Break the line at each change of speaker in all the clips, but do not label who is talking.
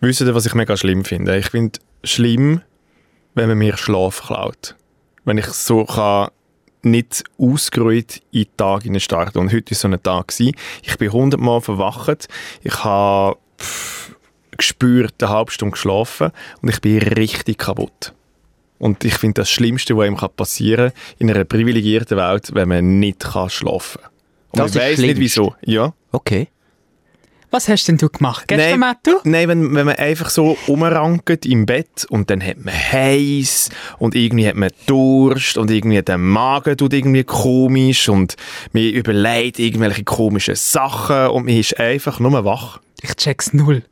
Wisst ihr, was ich mega schlimm finde? Ich finde schlimm, wenn man mir Schlaf klaut. Wenn ich so kann, nicht ausgeruht in den Tag in starten. Und heute war so ein Tag. Gewesen. Ich bin hundertmal verwacht. Ich habe pff, gespürt, eine halbe Stunde geschlafen. Und ich bin richtig kaputt. Und ich finde das Schlimmste, was einem passieren kann, in einer privilegierten Welt, wenn man nicht kann schlafen kann. Und
Das
man
ist
weiss
das
nicht, wieso. Ja.
Okay.
Was hast denn du gemacht?
Nein.
Gestern, Mattu?
Nein, wenn, wenn man einfach so umrankt im Bett und dann hat man heiß und irgendwie hat man Durst und irgendwie der Magen tut irgendwie komisch und man überlegt irgendwelche komischen Sachen und man ist einfach nur wach.
Ich check's null.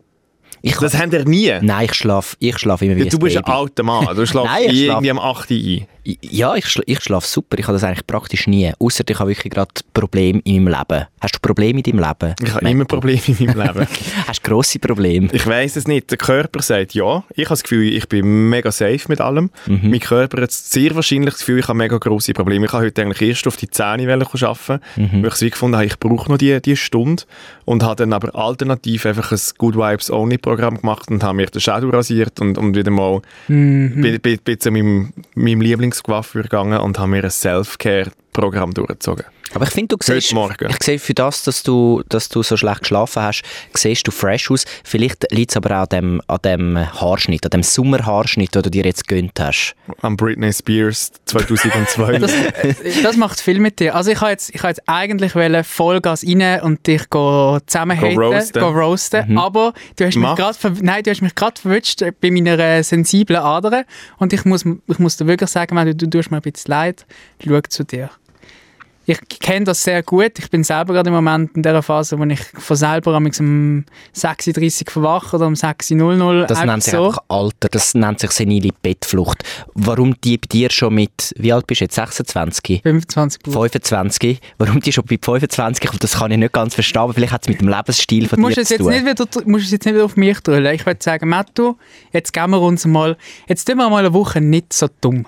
Ich,
Das haben wir nie.
nein, ich schlafe ich schlaf immer wie
Ja, du
ein
bist ein
Baby.
alter Mann, du schläfst
Nein, ich schlaf-
irgendwie am 8 Uhr ein.
Ja, ich, schla ich schlafe super. Ich habe das eigentlich praktisch nie. Außer ich habe wirklich gerade Probleme in meinem Leben. Hast du Probleme in deinem Leben?
Ich habe immer Probleme in meinem Leben.
Hast du grosse Probleme?
Ich weiß es nicht. Der Körper sagt ja. Ich habe das Gefühl, ich bin mega safe mit allem. Mein Körper hat sehr wahrscheinlich das Gefühl, ich habe mega grosse Probleme. Ich habe heute eigentlich erst auf die Zähne wollen arbeiten, weil ich es wie gefunden habe, ich brauche noch die, die Stunde. Und habe dann aber alternativ einfach ein Good Vibes Only Programm gemacht und habe mir den Shadow rasiert und, und wieder mal bin, bin, bin zu meinem, meinem Lieblingsgewaffeur gegangen und habe mir ein Self-Care-Programm durchgezogen.
Aber ich finde, du siehst,
Morgen.
ich sehe für das, dass du, dass du so schlecht geschlafen hast, siehst du fresh aus. Vielleicht liegt es aber auch an dem, an dem Haarschnitt, an dem Sommerhaarschnitt, den du dir jetzt gegönnt hast.
Am Britney Spears 2002.
Das, äh, das macht viel mit dir. Also ich habe jetzt, ich habe jetzt eigentlich wollen Vollgas rein und dich go zusammenhaten,
Go roasten.
go roasten aber du hast
Mach.
mich gerade verw- nein, du hast mich gerade verwünscht bei meiner äh, sensiblen Ader und ich muss, ich muss dir wirklich sagen, Manu, du tust mir ein bisschen leid, ich schau zu dir. Ich kenne das sehr gut. Ich bin selber gerade im Moment in der Phase, wo ich von selber am um 6.30 Uhr verwache oder um 6.00 Uhr.
Das nennt sich einfach Alter, das nennt sich senile Bettflucht. Warum die bei dir schon mit, wie alt bist du jetzt, 26?
25 Uhr.
25? Mhm. Warum die schon bei 25? kommt, Das kann ich nicht ganz verstehen, aber vielleicht hat es mit dem Lebensstil von
musst
dir
es
zu
jetzt
tun.
nicht wieder, musst es jetzt nicht wieder auf mich drüllen. Ich würde sagen, Mattu, jetzt geben wir uns mal, jetzt tun wir mal eine Woche nicht so dumm.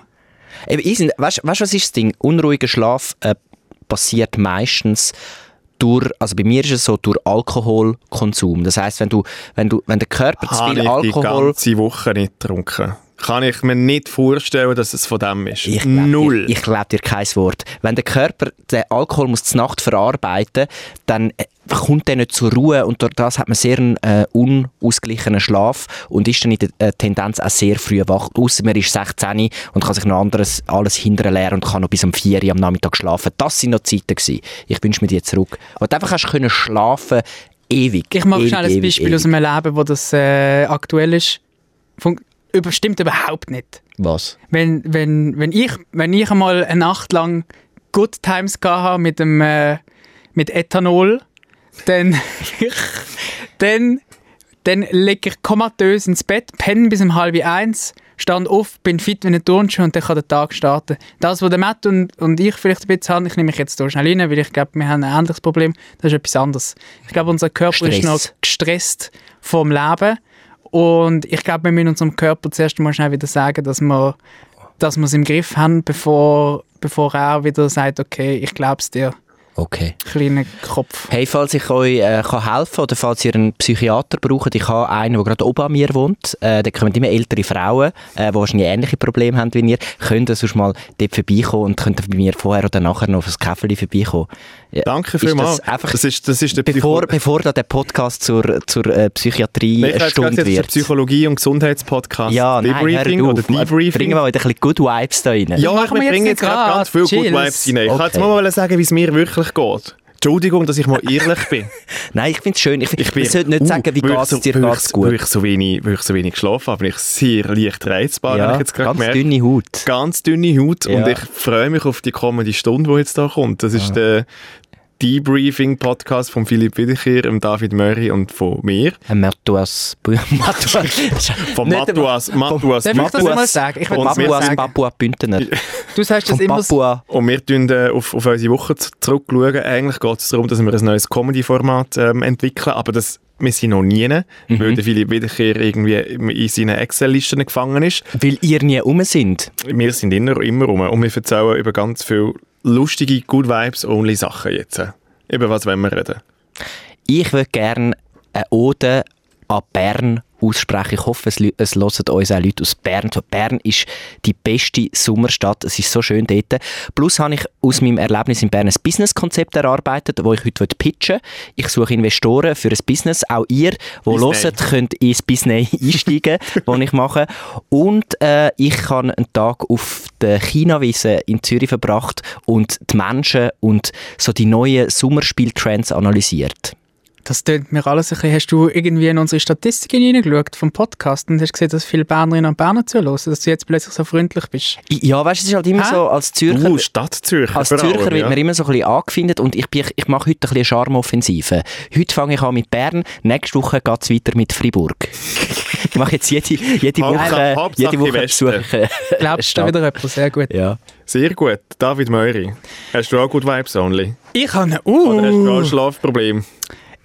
Eben, ich sind, weißt, weißt du, was ist das Ding? Unruhiger Schlaf äh, passiert meistens durch, also bei mir ist es so, durch Alkoholkonsum. Das heißt, wenn du, wenn du, wenn der Körper zu
habe
viel
ich die
Alkohol...
ganze Woche nicht getrunken. Kann ich mir nicht vorstellen, dass es von dem ist.
Ich glaub
Null.
Dir, ich glaub dir kein Wort. Wenn der Körper den Alkohol muss zur Nacht verarbeiten, dann äh, kommt er nicht zur Ruhe und durch das hat man sehr einen äh, unausgeglichenen Schlaf und ist dann in der äh, Tendenz auch sehr früh wach. Außer man ist 16 und kann sich noch anderes alles hindern lernen und kann noch bis um 4 Uhr am Nachmittag schlafen. Das sind noch Zeiten gewesen. Ich wünsche mir die zurück. Wo du einfach hast können schlafen ewig.
Ich mache
ewig,
schnell ein
ewig,
Beispiel
ewig.
aus meinem Leben, wo das äh, aktuell ist. Fun über, stimmt überhaupt nicht.
Was?
Wenn, wenn, wenn, ich, wenn ich einmal eine Nacht lang Good Times gehabt habe mit, dem, äh, mit Ethanol, dann, dann, dann lege ich komatös ins Bett, penne bis um halb eins, stand auf, bin fit wie ein Turnschuh und dann kann der Tag starten. Das, was der Matt und, und ich vielleicht ein bisschen haben, ich nehme mich jetzt hier schnell rein, weil ich glaube, wir haben ein ähnliches Problem, das ist etwas anderes. Ich glaube, unser Körper
Stress.
ist noch gestresst vom Leben und ich glaube, wir müssen unserem Körper zuerst mal schnell wieder sagen, dass wir dass wir es im Griff haben, bevor, bevor er wieder sagt, okay, ich glaub's dir,
Okay.
kleiner Kopf.
Hey, falls ich euch äh, kann helfen oder falls ihr einen Psychiater braucht, ich habe einen, der gerade oben an mir wohnt. Äh, da kommen immer ältere Frauen, äh, die wahrscheinlich ähnliche Probleme haben wie ihr. Könnt ihr sonst mal dort vorbeikommen und könnt ihr bei mir vorher oder nachher noch auf ein Käferli vorbeikommen. Ja,
Danke
ist
vielmals.
das einfach-
das ist, das ist der
Bevor,
Psycho-
bevor da der Podcast zur, zur äh, Psychiatrie
Nein, ich
eine
hätte gerade
Stunde
gesagt, das ist der
wird.
Psychologie- und Gesundheitspodcast.
Ja, nein,
Debriefing
hört
oder
auf. Bringen
Debriefing.
wir mal wieder ein bisschen Good Vibes da rein.
Das
Ja, ich
machen wir jetzt
bringe
nicht
jetzt gerade
grad.
ganz viel Good
Chills.
Vibes rein. Ich
Okay.
kann jetzt mal sagen, wie es mir wirklich geht. Entschuldigung, dass ich mal ehrlich bin.
Nein, ich finde es schön. Ich, find,
Ich bin,
man sollte nicht
Uh,
sagen, wie
weil ich
geht es
so-
dir,
weil ich-
geht es gut.
Weil ich, so wenig, weil ich so wenig geschlafen habe, bin ich sehr leicht reizbar, habe ich jetzt gerade
ganz
gemerkt.
dünne Haut.
ganz dünne Haut
Ja.
und ich freue mich auf die kommende Stunde, die jetzt da kommt. Das ist der Debriefing-Podcast von Philipp Wiederkehr, dem David Möri und von mir.
Ein Mathuas. Mathuas.
Von
Nicht der-
Matuas, Matuas,
Darf ich das
Matuas.
mal sagen? Ich will
Und
das mal
wir-
Papua,
sagen.
Papua Bündner.
Du sagst das
Von
immer so.
Papua.
Und wir schauen äh, auf, auf unsere Woche z- zurückschauen. Eigentlich geht es darum, dass wir ein neues Comedy-Format ähm, entwickeln, aber das, wir sind noch nie, ne?
Mhm.
weil der Philipp Wiederkehr irgendwie in seinen Excel-Listen gefangen ist.
Weil ihr nie rum sind.
Wir sind immer, immer rum und wir erzählen über ganz viele lustige, good vibes-only Sachen jetzt. Äh, Über was wollen wir reden?
Ich würde gerne eine Ode an Bern aussprechen. Ich hoffe, es, lü- es hören uns auch Leute aus Bern. zu. Bern ist die beste Sommerstadt. Es ist so schön dort. Plus habe ich aus meinem Erlebnis in Bern ein Businesskonzept erarbeitet, das ich heute pitchen will. Ich suche Investoren für ein Business. Auch ihr, die
Business.
hört, könnt ins Business einsteigen, das ich mache. Und äh, ich habe einen Tag auf der China-Wiese in Zürich verbracht und die Menschen und so die neuen Sommerspieltrends analysiert.
Das tönt mir alles ein bisschen. Hast du irgendwie in unsere Statistiken hineingeschaut vom Podcast und hast gesehen, dass viele Bernerinnen und Berner zuhören, dass du jetzt plötzlich so freundlich bist?
Ja, weißt du, es ist halt immer
Hä?
so, als Zürcher...
Uh, Stadt Zürich.
Als
überall,
Zürcher wird
ja.
man immer so ein bisschen angefindet und ich, bin- ich, ich mache heute ein bisschen eine Charmoffensive. Heute fange ich an mit Bern, nächste Woche geht es weiter mit Freiburg. ich mache jetzt jede, jede
Hauptsache-
Woche,
Hauptsache
jede Woche
die Westen.
besuche ich... äh,
Glaubst du da
Stadt.
wieder etwas? Sehr
Äh,
gut.
Ja.
Sehr gut. David Möri. Hast du auch gut Vibes only?
Ich habe eine
Oder hast du auch ein
uh,
Schlafproblem?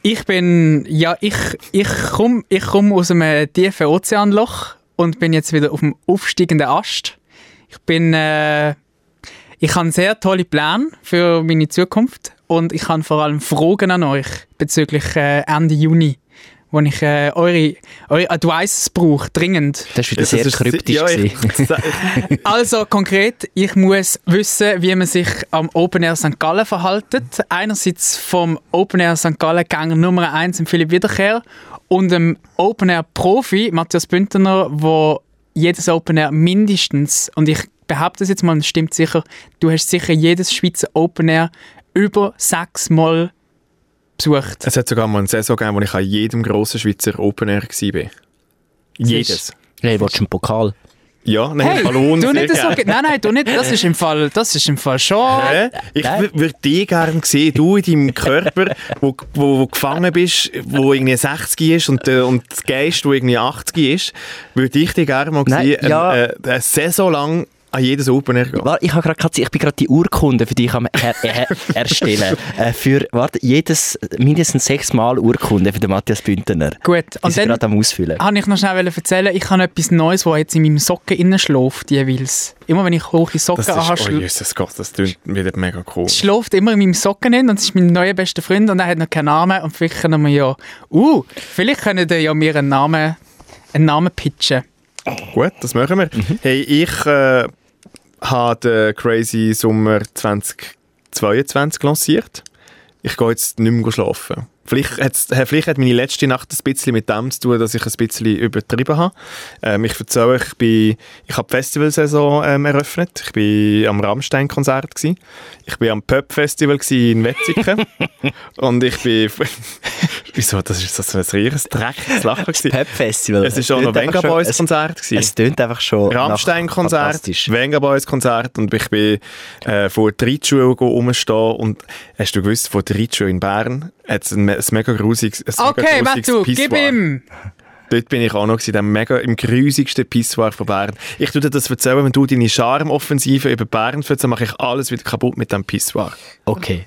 Ich bin, ja, ich, ich komme ich komm aus einem tiefen Ozeanloch und bin jetzt wieder auf dem aufsteigenden Ast. Ich bin, äh, ich habe sehr tolle Pläne für meine Zukunft und ich habe vor allem Fragen an euch bezüglich äh, Ende Juni, wo ich äh, eure, eure Advices brauche, dringend.
Das war wieder sehr
ist-
kryptisch.
Ja, ich,
gewesen.
Also konkret, ich muss wissen, wie man sich am Open Air St. Gallen verhaltet. Einerseits vom Open Air St. Gallen Gänger Nummer 1 im Philipp Wiederkehr und dem Open Air Profi Matthias Bündner, wo jedes Open Air mindestens, und ich behaupte es jetzt mal, und es stimmt sicher, du hast sicher jedes Schweizer Open Air über sechs Mal besucht.
es hat sogar mal eine Saison gegeben, wo ich an jedem grossen Schweizer Open Air war. Jedes.
Hey, willst du einen Pokal?
Ja, nein,
Hey,
hallo und sehr
du nicht so,
gerne.
ge- nein, nein, du nicht, das ist im Fall, das ist im Fall schon...
Hä? Ich
Nein.
würde dich gerne sehen, du in deinem Körper, wo, wo, wo gefangen bist, wo irgendwie 60 ist und, der- und der Geist, wo irgendwie 80 ist, würde ich dich gerne mal
Nein,
sehen,
ja.
äh, äh, eine Saison lang an jedes Open Air gehen.
Warte, ich habe gerade ich bin gerade die Urkunde für dich am her, her, erstellen. äh, für warte, jedes mindestens sechsmal Urkunde für den Matthias Bündner.
Gut,
Die
und
sind
dann...
gerade am ausfüllen.
Ah.
Habe ich noch schnell erzählen, ich habe etwas Neues, das jetzt in meinem Socken innen schläft, jeweils. Immer wenn ich hohe Socken
Das ist,
habe,
oh
schl
Jesus Gott, das klingt wieder mega cool.
schläft immer in meinem Socken innen und das ist mein neuer bester Freund und er hat noch keinen Namen und vielleicht können wir ja, uh, vielleicht können die ja mir einen Namen, einen Namen pitchen.
Gut, das machen wir.
Mhm.
Hey, ich äh, habe den Crazy Sommer 2022 lanciert. Ich gehe jetzt nicht mehr schlafen. Vielleicht, hat's- äh, vielleicht hat meine letzte Nacht ein bisschen mit dem zu tun, dass ich ein bisschen übertrieben habe. Ähm, ich erzähle, euch, ich, bin, ich habe die Festivalsaison ähm, eröffnet. Ich war am Rammstein-Konzert. gewesen. Ich war am Pöpp-Festival gewesen in Wetzigen. Und ich bin... Wieso? Das ist so ein reiches Dreck. Das Lachen. gewesen.
Pep-Festival.
Es war auch noch
Tönt einfach
Venga
schon-
Boys
es-
Konzert. gewesen.
Es tönt einfach schon. nach
Rammstein-Konzert,
fantastisch.
Venga Boys-Konzert und ich bin äh, vor Tritschuhe rumstehen und hast du gewusst, vor Tritschuhe in Bern hat es ein, me- ein mega grusiges ein
Okay,
mega grusiges
Matu, gib
Pissoir.
ihm!
Dort bin ich auch noch gewesen, dem mega, im grusigsten Pissoir von Bern. Ich tu dir das erzählen, wenn du deine Charme-Offensive über Bern führst, dann mache ich alles wieder kaputt mit dem Pissoir.
Okay.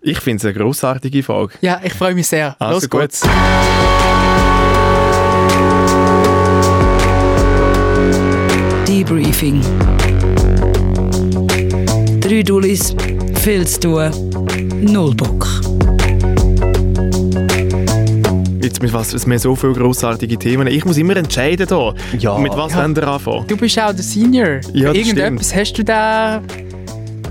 Ich finde es eine grossartige Folge.
Ja, ich freue mich sehr.
Also
Los
gut.
geht's.
Debriefing. Drei Dullis, viel zu tun, null Bock.
Jetzt mit was, es haben so viele grossartige Themen. Ich muss immer entscheiden hier.
Ja.
Mit was
Ja.
wollen wir anfangen?
Du bist auch der Senior.
Ja, das
Irgendetwas, hast du da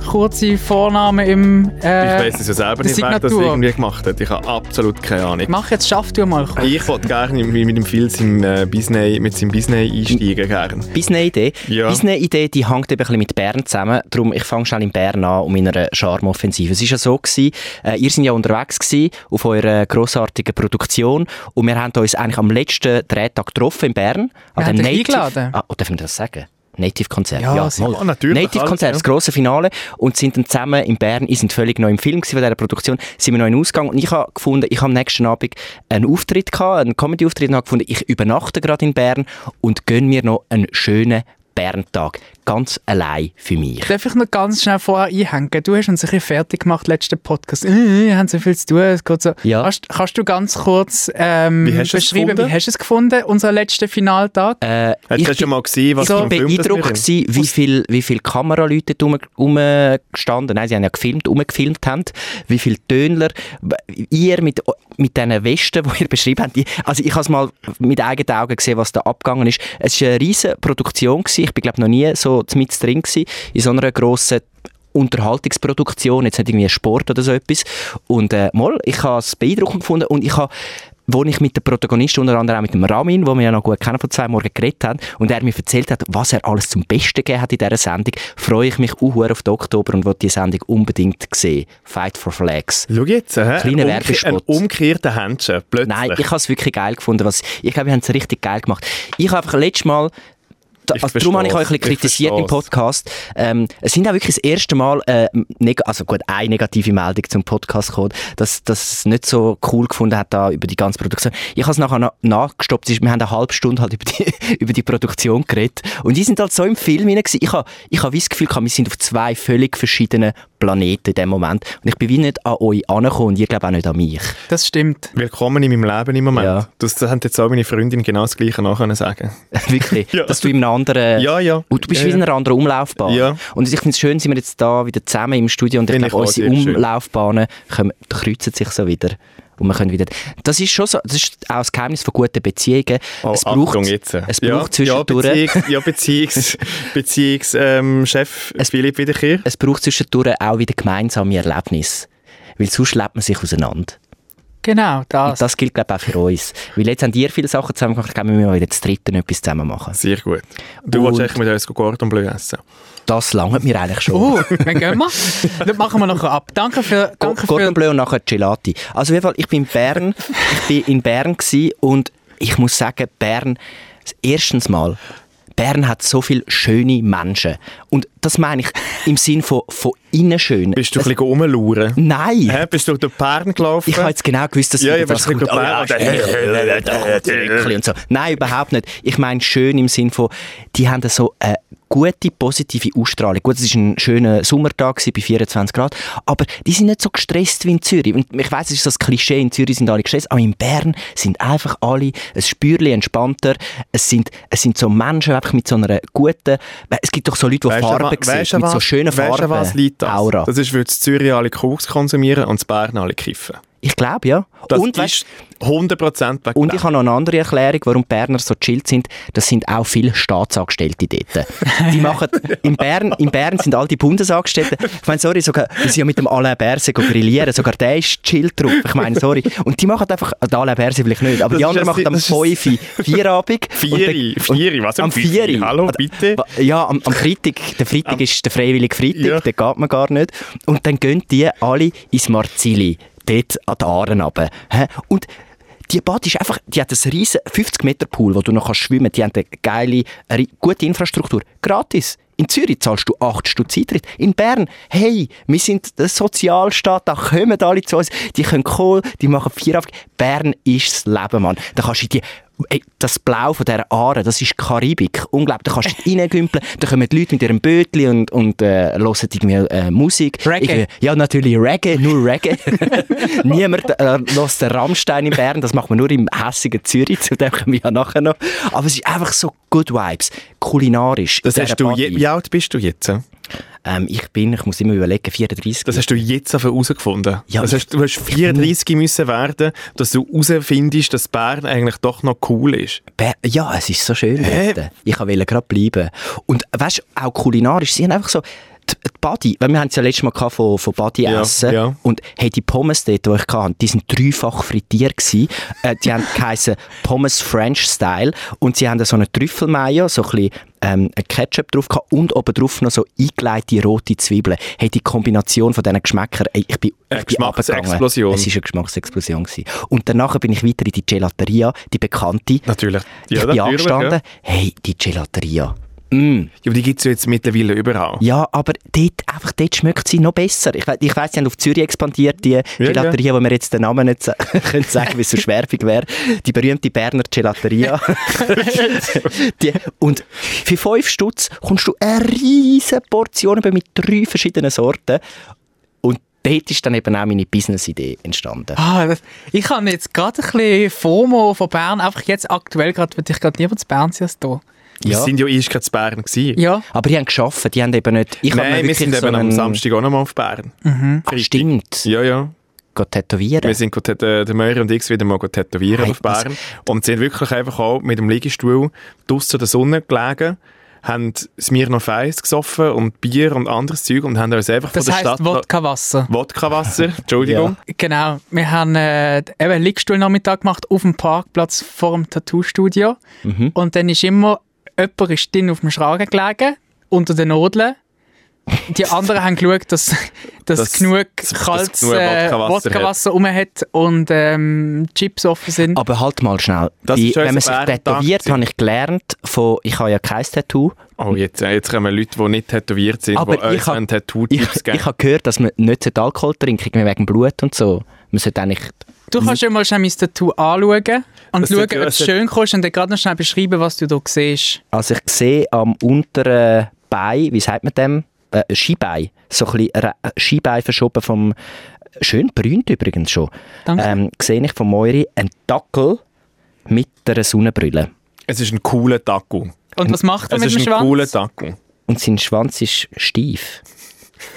kurze Vornamen im...
Ich
Äh,
weiss es ja selber
das
nicht, wer das
Signatur.
irgendwie gemacht hat. Ich habe absolut keine Ahnung.
Mach jetzt, schaff du mal kurz.
Ich wollte gerne mit, mit dem Filz im, äh, Bisney, mit seinem Bisney einsteigen. Gern.
Business-Idee.
Ja.
Business-Idee, die hängt eben ein bisschen mit Bern zusammen. Darum, ich fange schnell in Bern an und meiner Charme-Offensive. Es war ja so, gewesen, äh, ihr seid ja unterwegs gewesen auf eurer grossartigen Produktion und wir haben uns eigentlich am letzten Drehtag getroffen in Bern.
Wir haben dich eingeladen.
Ah, oh, darf man das sagen? Native-Konzert.
Ja,
Ja,
sicher.
mal.
Ah, natürlich,
Native-Konzert,
alles,
das grosse Finale. Und sind dann zusammen in Bern, ich sind völlig noch im Film gewesen, von dieser Produktion, sind wir noch in den Ausgang. Und ich habe gefunden, ich habe am nächsten Abend einen Auftritt gehabt, einen Comedy-Auftritt und habe gefunden, ich übernachte gerade in Bern und gönne mir noch einen schönen Berntag. ganz allein für mich.
Darf ich noch ganz schnell vorher einhängen? Du hast uns ein bisschen fertig gemacht, letzten Podcast. Äh, wir haben so viel zu tun. Es geht so.
Ja.
Kannst, kannst du ganz kurz ähm,
Wie hast du es
beschreiben,
gefunden?
wie hast du es gefunden, unseren letzten Finaltag?
Äh,
Hast
ich
du schon mal gesehen, was
ich
für
war
ein Film das wir
beeindruckt,
haben?
gewesen, wie viele wie viel Kameraleute herumgestanden Nein, sie haben ja gefilmt, rumgefilmt haben. Wie viele Tönler. Ihr mit, mit diesen Westen, die ihr beschrieben habt. die- Also ich habe es mal mit eigenen Augen gesehen, was da abgegangen ist. Es war eine riesige Produktion. Gewesen. Ich bin, glaube noch nie so mit drin gewesen, in so einer grossen Unterhaltungsproduktion, jetzt nicht irgendwie Sport oder so etwas. Und äh, mal, ich habe es beeindruckend gefunden und ich habe wo ich mit dem Protagonisten, unter anderem auch mit dem Ramin, wo wir ja noch gut kennen, von zwei Morgen geredet haben, und er mir erzählt hat, was er alles zum Besten gegeben hat in dieser Sendung, freue ich mich auch auf den Oktober und will die Sendung unbedingt sehen. Fight for Flags.
Schau jetzt, hä?
Kleiner
Ein umke-
Werbespot.
Ein umgekehrter Händchen, plötzlich.
Nein, ich habe es wirklich geil gefunden. Was, ich glaube, wir haben es richtig geil gemacht. Ich habe einfach letztes Mal, da,
Ich
also darum habe ich euch ein
versteh's.
bisschen
Ich
kritisiert im
versteh's.
Podcast. Ähm, es sind auch wirklich das erste Mal, äh, neg- also gut, eine negative Meldung zum Podcast gekommen, dass dass es nicht so cool gefunden hat da über die ganze Produktion. Ich habe es nachher na nachgestoppt. Es ist- Wir haben eine halbe Stunde halt über die, über die Produktion geredet. Und die sind halt so im Film hinein. gewesen. Ich habe ich hab wie das Gefühl gehabt, wir sind auf zwei völlig verschiedenen Planeten in dem Moment. Und ich bin wie nicht an euch angekommen und ihr glaubt auch nicht an mich.
Das stimmt.
Willkommen in meinem Leben im Moment.
Ja.
Das, das haben jetzt auch meine Freundin genau das Gleiche nachher sagen.
Wirklich.
Ja.
Dass du in einem anderen.
Ja, ja.
Und du bist
ja,
wieder
ja.
in einer anderen Umlaufbahn.
Ja.
Und ich finde es schön, sind wir jetzt da wieder zusammen im Studio und ich
Finde
glaube,
ich auch
unsere
sehr schön.
Umlaufbahnen kommen, kreuzen sich so wieder. Und wir können wieder. Das ist schon so, das ist auch das Geheimnis von guten Beziehungen.
Oh,
es braucht,
Achtung jetzt.
Es braucht
Ja,
zwischendurch.
Ja, Beziehungs, ja, Beziehungs, Beziehungs, ähm, Chef Philipp Wiederkehr.
es braucht zwischendurch auch wieder gemeinsame Erlebnisse. Weil sonst lebt man sich auseinander.
Genau, das.
Und das gilt, glaube ich, auch für uns. Weil jetzt haben ihr viele Sachen zusammen gemacht, ich glaube, wir müssen auch wieder zu dritten etwas zusammen machen.
Sehr gut. Du
Und-
wolltest eigentlich mit uns Gordon Bleu essen.
Das langt mir eigentlich schon.
Oh, dann gehen wir. Dann machen wir noch ab. Danke für.
Go-
Danke
Gordon
für
Bleu und nachher Gelati. Also auf jeden Fall, ich bin in Bern, ich bin in Bern gsi und ich muss sagen, Bern, erstens mal, Bern hat so viele schöne Menschen. Und das meine ich im Sinn von, von innen schön.
Bist du ein bisschen rumlauern?
Nein!
Hä, bist du durch die Bern gelaufen?
Ich habe jetzt genau gewusst, dass
Ja,
wieder
ja,
das
aber es
kommt. Oh,
ist ein Plan.
ja, Sternchen, Zirkel und so. Nein, überhaupt nicht. Ich meine schön im Sinn von, die haben so eine gute, positive Ausstrahlung. Gut, es war ein schöner Sommertag gewesen, bei 24 Grad, aber die sind nicht so gestresst wie in Zürich. Und ich weiss, es ist so das Klischee, in Zürich sind alle gestresst, aber in Bern sind einfach alle ein Spürchen entspannter. Es sind, es sind so Menschen einfach mit so einer guten... Es gibt doch so Leute, die
Weisst du,
Farben
wa-
sehen,
weisst du,
mit so
was-
schönen
weisst du,
Farben.
was liegt das?
Aura.
Das ist, weil in Zürich alle Koks konsumieren und in Bern alle kiffen.
Ich glaube, ja.
Das
und weisst-
ist 100% weg.
Und ich habe noch eine andere Erklärung, warum die Berner so chillt sind. Das sind auch viele Staatsangestellte dort. Die machen, in Bern, in Bern sind all die Bundesangestellten. Ich meine, sorry, sogar, wir sind ja mit dem Alain Berse go grillieren, sogar der ist chillt drauf. Ich meine, sorry. Und die machen einfach, also der Alain Berse vielleicht nicht,
Das
aber die
ist
anderen
ein-
machen am
das ist-
5 Feierabend.
Vieri,
Und dann-
Vieri, was?
am
Vieri?
Vieri?
Hallo,
Oder-
bitte?
Wa- Ja, am, am Freitag. Der Freitag ist der freiwillige Freitag,
Ja.
den geht man gar nicht. Und dann gehen die alle ins Marzili, dort an den Aaren runter. Hä? Und die Bad ist einfach, die hat einen riesen 50-Meter-Pool, wo du noch kannst schwimmen kannst. Die haben eine geile, ri- gute Infrastruktur. Gratis. In Zürich zahlst du 8 Stutz Eintritt. In Bern, hey, wir sind der Sozialstaat, da kommen alle zu uns. Die können kommen, die machen Feierabend. Bern ist das Leben, Mann. Da kannst du in die Ey, das Blau von dieser Aare, das ist die Karibik. Unglaublich. Da kannst du reingümpeln, da kommen die Leute mit ihrem Bötli und, und äh, hören irgendwie äh, Musik.
Reggae.
Irgendwie- ja, natürlich Reggae, nur Reggae. Niemand äh, hört den Rammstein in Bern, das macht man nur im hässigen Zürich, zu dem kommen wir ja nachher noch. Aber es ist einfach so Good Vibes, kulinarisch.
das
in
hast
dieser
du je,
Party.
wie alt bist du jetzt? hä?
ähm, Ich bin, ich muss immer überlegen, 34.
Das hast du jetzt einfach herausgefunden.
Ja,
das
ich-
hast, du hast 34 müssen werden, dass du herausfindest, dass Bern eigentlich doch noch cool ist.
Be- Ja, es ist so schön dort. Ich wollte gerade bleiben. Und weißt du, auch kulinarisch, sie haben einfach so... Die die Body, weil wir haben es ja letztes Mal gehabt von, von Body
Ja,
essen
ja.
und hey, die Pommes dort, die ich hatte, die sind dreifach frittiert gewesen. Äh, die haben geheissen Pommes French Style und sie haben so eine Trüffelmayo, so ein bisschen ähm, Ketchup drauf gehabt und oben drauf noch so eingelegte rote Zwiebeln. Hey, die Kombination von diesen Geschmäckern, ey, ich bin
Eine
ich bin
Geschmacksexplosion.
runtergegangen. Es war eine Geschmacksexplosion. Gewesen. Und danach bin ich weiter in die Gelateria, die bekannte,
Natürlich.
ich bin
natürlich,
angestanden, hey, die Gelateria. Mm.
Ja, aber die gibt es ja jetzt mittlerweile überall.
Ja, aber dort, einfach dort schmeckt sie noch besser. Ich, we- ich weiss, sie haben auf Zürich expandiert, die Gelateria, wo wir jetzt den Namen nicht sa- können sagen weil es so schwerfig wäre. Die berühmte Berner Gelateria. die, und für 5 Stutz kommst du eine riesige Portion über mit drei verschiedenen Sorten. Und dort ist dann eben auch meine Business-Idee entstanden.
Ah, das, ich habe jetzt gerade ein bisschen FOMO von Bern. Einfach jetzt aktuell gerade, weil ich gerade niemand zu Bern sind als hier.
Wir
Ja.
sind ja erst gerade zu Bern. Gewesen.
Ja.
Aber die haben geschafft, die haben eben nicht... Ich hab mir
Nein, wir
wirklich
sind
so
eben am
einen-
Samstag auch nochmal auf Bern.
Ah, stimmt,
Ja, ja.
Geh tätowieren.
Wir sind gut, äh, der Möri und ich wieder mal gut tätowieren
Nein,
auf Bern. Und sind wirklich einfach auch mit dem Liegestuhl draussen in der Sonne gelegen, haben Smirnoff noch Eis gesoffen und Bier und anderes Zeug und haben uns einfach von
Das
der
heisst
Stadt...
äh,
Wodka-Wasser.
Wodka-Wasser, Entschuldigung.
Genau. Wir haben äh, eben einen Liegestuhl-Nachmittag gemacht auf dem Parkplatz vor dem Tattoo-Studio.
Mhm.
Und dann ist immer, jemand ist drin auf dem Schragen gelegen, unter den Nodeln. Die anderen haben geschaut, dass, dass
Dass-
genug
dass
kaltes
genug
äh,
Wodka-Wasser hat.
Wodka-Wasser rum hat und ähm, Chips offen sind.
Ah,
Aber halt mal schnell.
Das
Die,
ist unser
wenn man sich
Bärentag
tätowiert,
gewesen.
habe ich gelernt von, ich habe ja kein Tattoo,
Oh, jetzt, äh, jetzt kommen Leute, die nicht tätowiert sind,
Aber
die uns
ich hab-
einen
ich,
Tattoo-Tipps geben.
ich habe gehört, dass man nicht Alkohol trinken sollte, wegen Blut und so. Man sollte eigentlich...
Du kannst ja mal schnell mein Tattoo anschauen und
Das
schauen, ob
Tattoo-
es schön ist und dann gerade noch schnell beschreiben, was du da siehst.
Also ich sehe am unteren Bein, wie sagt man dem? Äh, Skibein. So ein bisschen Re- äh, Skibein verschoben vom... Schön brünt übrigens schon.
Danke.
Ähm, sehe ich von Moiri einen Dackel mit einer Sonnenbrille.
Es ist ein cooler Taku.
Und was macht er
Ähm, Es
mit
ist
dem
ein cooler
Schwanz?
Taku.
Und sein Schwanz ist steif.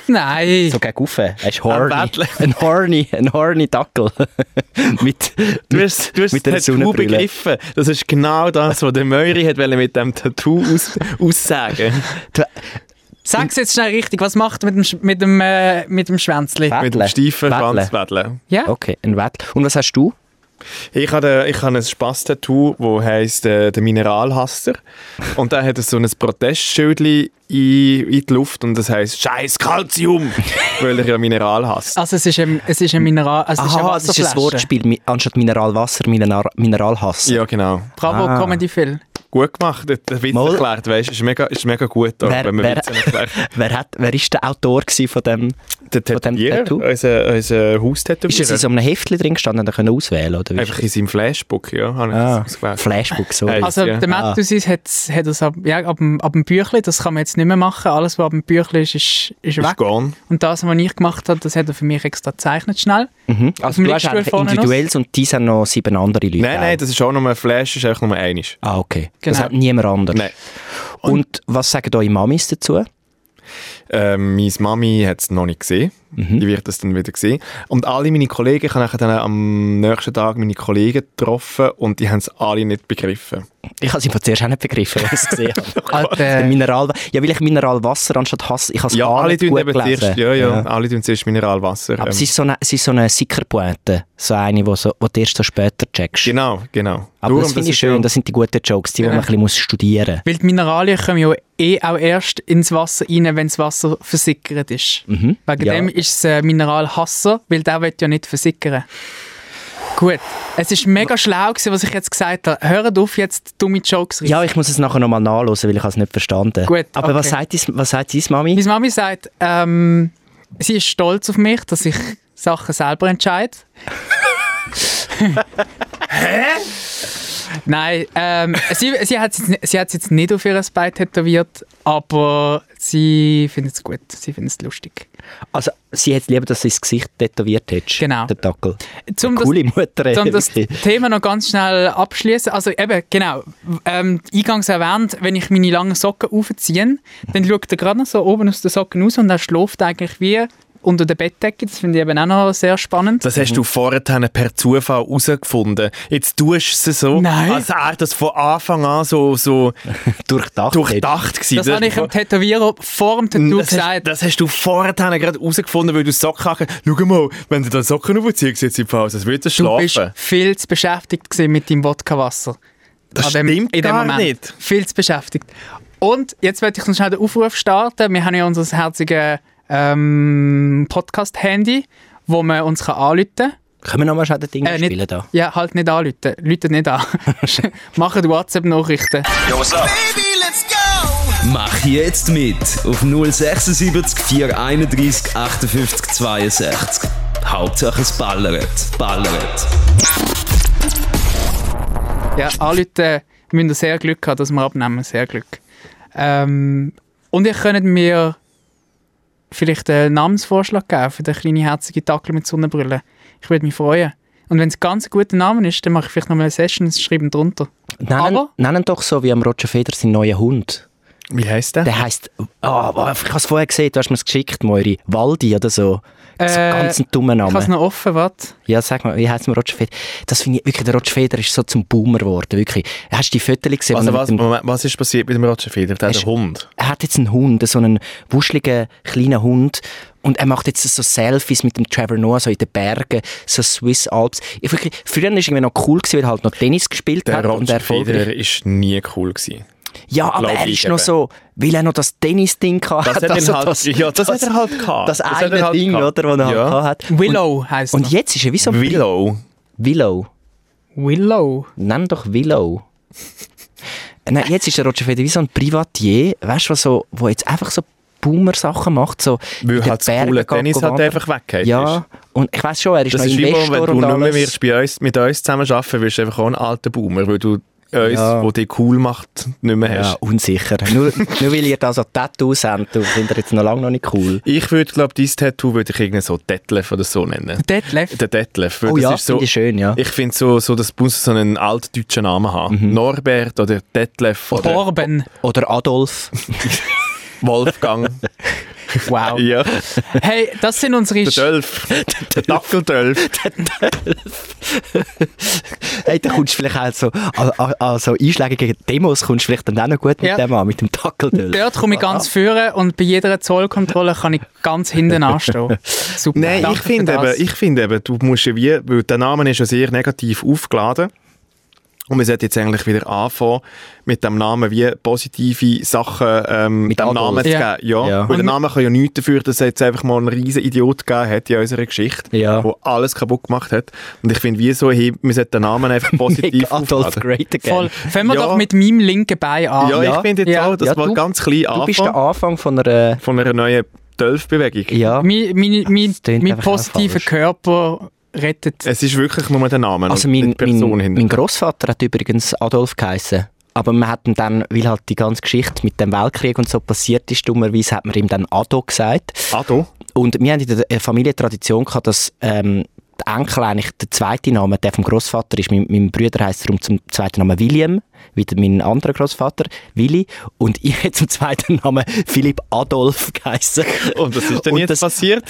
Nein.
So gegen rauf. Er ist horny.
Bettler.
Ein horny, ein horny Dackel. mit,
Du hast, du hast
mit einer
das Tattoo
Sonnenbrille.
begriffen. Das ist genau das, was der Möri hat wollte mit dem Tattoo aus, aussagen
Sag's jetzt schnell richtig, was macht er mit dem, Sch- mit dem, äh, mit dem Schwänzli?
Was?
Mit
Weddeln.
dem steifen
Weddeln.
Schwanzwedeln.
Ja?
Okay, ein Wett. Und was hast du?
Ich habe, äh, ich habe ein Spaß-Tattoo, das heisst äh, «Der Mineralhasser». Und da hat er so ein Protestschild in, in die Luft und das heisst «Scheiß Calcium!» weil er ja Mineral hasst.
Ah.
Also es ist ein, es ist ein Mineral, also
Aha,
es
das ist
ist
ein
eine Wasserflasche.
Wortspiel. Mi- Anstatt Mineralwasser, Mineral, Mineralhass.
Ja, genau.
Bravo,
Ah.
Comedy Phil.
Gut gemacht, der der Witz
Mal.
erklärt, weißt, ist mega, ist mega gut, auch,
Wer-
wenn man
wer-
Witze erklärt.
Wer, hat, wer ist der Autor gewesen von dem?
Der
Von dem
Tätowierer,
Tattoo?
unser, unser
Ist es in
Haustätowierer.
so einem Heftchen drin gestanden und er können auswählen oder? wie ist
Einfach in seinem Flashbook, ja, habe ich
Ah.
das ausgewählt.
das? Flashbook so.
Hey.
Also
Ja.
der
Ah.
Mattusis hat, hat das ab, ja, ab, dem, ab dem Büchlein, das kann man jetzt nicht mehr machen. Alles, was ab dem Büchlein ist, ist, ist
Ist
weg.
gone.
Und das, was ich gemacht habe, das hat er für mich extra gezeichnet schnell.
Mhm.
Auf
Also
dem
du hast
Liegestuhl
einfach
vorne
individuelles und diese haben noch sieben andere Leute.
Nein,
auch.
nein, das ist auch nur ein Flash, ist einfach nur einiges.
Ah, okay. Das
Genau.
hat niemand anderes.
Nein.
Und, was sagen eure Mamis dazu?
Ähm, meine Mami hat es noch nicht gesehen.
Mhm.
Die wird es dann wieder sehen. Und alle meine Kollegen, ich habe nachher dann am nächsten Tag meine Kollegen getroffen und die haben es alle nicht begriffen.
Ich habe sie von zuerst auch nicht begriffen, als ich es gesehen habe. Der
Alter,
Mineral, ja, weil ich Mineralwasser anstatt Hass, ich habe es
ja,
gar
alle
nicht
tun
gut
eben
gelesen.
zuerst, ja, ja, alle tun zuerst Mineralwasser.
Aber
ähm,
es ist so eine, es ist so eine Sickerpointe, so eine, wo, so, wo du erst so später checkst.
genau, genau.
Aber
Darum,
das finde
ist
ich schön,
ja-
das sind die guten Jokes, die man ein bisschen muss studieren
weil die Mineralien kommen ja eh auch erst ins Wasser rein, wenn das Wasser versickert ist.
Mhm.
Wegen
ja.
dem ist es äh, Mineralhasser, weil der will ja nicht versickern. Gut, es ist mega schlau gewesen, was ich jetzt gesagt habe. Hört auf, jetzt dumme Jokes
Ja, ich muss es nachher nochmal nachlesen, weil ich habe es nicht verstanden.
Gut,
Aber
okay.
was sagt dies, was sagt dies Mami?
Meine Mami sagt, ähm, sie ist stolz auf mich, dass ich Sachen selber entscheide. Hä? Nein, ähm, sie, sie hat es sie hat's jetzt nicht auf ihr Bein tätowiert, aber sie findet es gut, sie findet es lustig.
Also, sie hätte lieber, dass sie das Gesicht tätowiert hättest.
Genau.
Der Dackel.
Zum das-
Coole Mutter, ey,
Dann das
wirklich.
Thema noch ganz schnell abschließen. Also eben, genau, w- ähm, eingangs erwähnt, wenn ich meine langen Socken aufziehe, dann schaut er gerade noch so oben aus den Socken raus und er schläft eigentlich wie unter der Bettdecke. Das finde ich eben auch noch sehr spannend.
Das hast
Mhm.
du vorher per Zufall herausgefunden. Jetzt tust du es so,
Nein.
als wäre das von Anfang an so, so
Durchdacht.
durchdacht gewesen.
Das, habe ich dem Tätowierer vor dem Tattoo
Das hast,
gesagt.
das hast du vorher gerade herausgefunden, weil du Socken hast. Schau mal, wenn du da Socken aufziehst, jetzt im Fall, als würdest du
du bist
schlafen.
viel zu beschäftigt gewesen mit deinem Wodkawasser.
Das
An dem-
stimmt
in dem
gar
Moment.
nicht.
Viel zu beschäftigt. Und jetzt werde ich noch schnell den Aufruf starten. Wir haben ja unser herziges ähm, Podcast-Handy, wo man uns kann anrufen kann.
Können wir nochmal schnell den Ding
Äh, nicht-
spielen da?
Ja, halt nicht anrufen. Leute nicht an. Machen WhatsApp-Nachrichten.
Baby, let's go. Mach jetzt mit auf 076 431 58 62. Hauptsache es ballert. Ballert.
Ja, alle Leute äh, müssen sehr Glück haben, dass wir abnehmen. Sehr Glück. Ähm, und ihr könnt mir vielleicht einen Namensvorschlag geben für den kleinen herzigen Dackel mit Sonnenbrille. Ich würde mich freuen. Und wenn es ganz ein guter Name ist, dann mache ich vielleicht nochmal eine Session und schreibe ihn drunter.
Nennen,
Aber-
nennen doch so wie am Roger Feder seinen neuen Hund.
Wie heisst der?
Der heisst, oh, ich habe es vorher gesehen, du hast mir es geschickt, Moiri. Waldi oder so. Das ist
Äh,
ein ganz ein dummer
Ich habe
Name.
es noch offen, was?
Ja, sag mal, wie heißt man Roger Feder? Das finde ich wirklich, der Roger Feder ist so zum Boomer geworden, wirklich. Hast du die Fotos gesehen?
Also
wo er
was,
mit dem-
Moment, was ist passiert mit dem Roger Feder? Der hat
Hast-
einen Hund.
er hat jetzt einen Hund, so einen wuscheligen kleinen Hund und er macht jetzt so Selfies mit dem Trevor Noah so in den Bergen, so Swiss Alps. Ich wirklich, früher war es irgendwie noch cool, gewesen, weil er halt noch Tennis gespielt
Der
hat und
Roger
erfolgreich.
Federer ist nie cool gewesen.
Ja, aber
Glaub
er
ich
ist noch
eben.
so, weil er noch das Tennis-Ding hatte.
Das hat
also
ihn halt- ja, das hat er halt gehabt.
Das,
Das hat
eine
er halt
Ding,
gehabt.
oder, das er
Ja.
halt gehabt hat.
Willow heisst
Und
er.
jetzt ist er wie so ein
Willow.
Willow.
Willow.
Nenn doch Willow. Nein, jetzt ist der Roger Federer wie so ein Privatier, weißt du, was so, wo jetzt einfach so Boomer-Sachen macht, so in
Weil
den
halt das
Bergen
coole
geht
Tennis hat
wandern.
er einfach weggeht.
Ja, und ich weiß schon, er ist
Das
noch
ist wie wenn
Investor
du
und
nicht mehr
alles.
wirst bei uns, mit uns zusammen arbeiten wirst du einfach auch ein alter Boomer, weil du uns,
Ja.
wo dich cool macht, nicht mehr hast.
ja, unsicher. nur, nur weil ihr da so Tattoos habt, du findet ihr jetzt noch lange noch nicht cool.
Ich würde, glaube dein Tattoo würde ich irgendwie so Detlef oder so nennen.
Detlef.
Der Detlef. weil
Oh
das
ja,
ist so,
finde ich schön, ja. Mhm.
ich finde so, so, dass Bus so einen altdeutschen Namen haben. Norbert oder Detlef oder
Orben.
Oder Adolf.
Wolfgang.
Wow.
ja,
Hey, das sind unsere...
der Dölf. der Dackeldölf.
hey, da kommst du vielleicht auch so, an, an, an so einschlägigen Demos kommst du vielleicht dann auch noch gut mit
Ja.
dem an, mit dem Tackeldöll.
Dort komme ich ganz führen und bei jeder Zollkontrolle kann ich ganz hinten anstehen. Super.
Nein,
danke
ich
für
finde
das.
eben, ich finde eben, du musst ja wie, weil der Name ist ja sehr negativ aufgeladen. Und wir sollten jetzt eigentlich wieder anfangen, mit dem Namen wie positive Sachen ähm,
Mit
dem
Adolf.
Namen zu
Ja.
geben. Ja.
Ja.
Weil der
Und-
Name kann ja nichts dafür, dass es jetzt einfach mal einen riesen Idiot gegeben hat in unserer Geschichte,
Ja.
wo alles kaputt gemacht hat. Und ich finde, wie so, hey, wir sollten den Namen einfach positiv
Make Adolf
aufladen.
great again.
Voll. Fangen wir
Ja.
doch mit meinem linken Bein an.
Ja,
Ja.
ich finde jetzt
Ja.
auch, das
Ja,
war
du-
ganz klein
Du bist der
Anfang
Anfang von einer...
von einer neuen Dölf-Bewegung.
Ja,
Mein, meine, mein,
Das tönt
mein
einfach auch
positiver
falsch.
Körper rettet.
Es ist wirklich nur der Name
also
und nicht
mein,
die Person
mein,
hinter.
mein Großvater hat übrigens Adolf geheißen. Aber man hat ihm dann, weil halt die ganze Geschichte mit dem Weltkrieg und so passiert ist, dummerweise hat man ihm dann Ado gesagt.
Ado?
Und wir haben in der äh, Familie Tradition gehabt, dass ähm, der Enkel eigentlich der zweite Name, der vom Großvater ist. Mein, mein Bruder heißt darum zum zweiten Namen William, wie der- mein anderer Großvater Willi. Und ich habe zum zweiten Namen Philipp Adolf geheißen.
Und was ist denn
Und
jetzt
das-
passiert?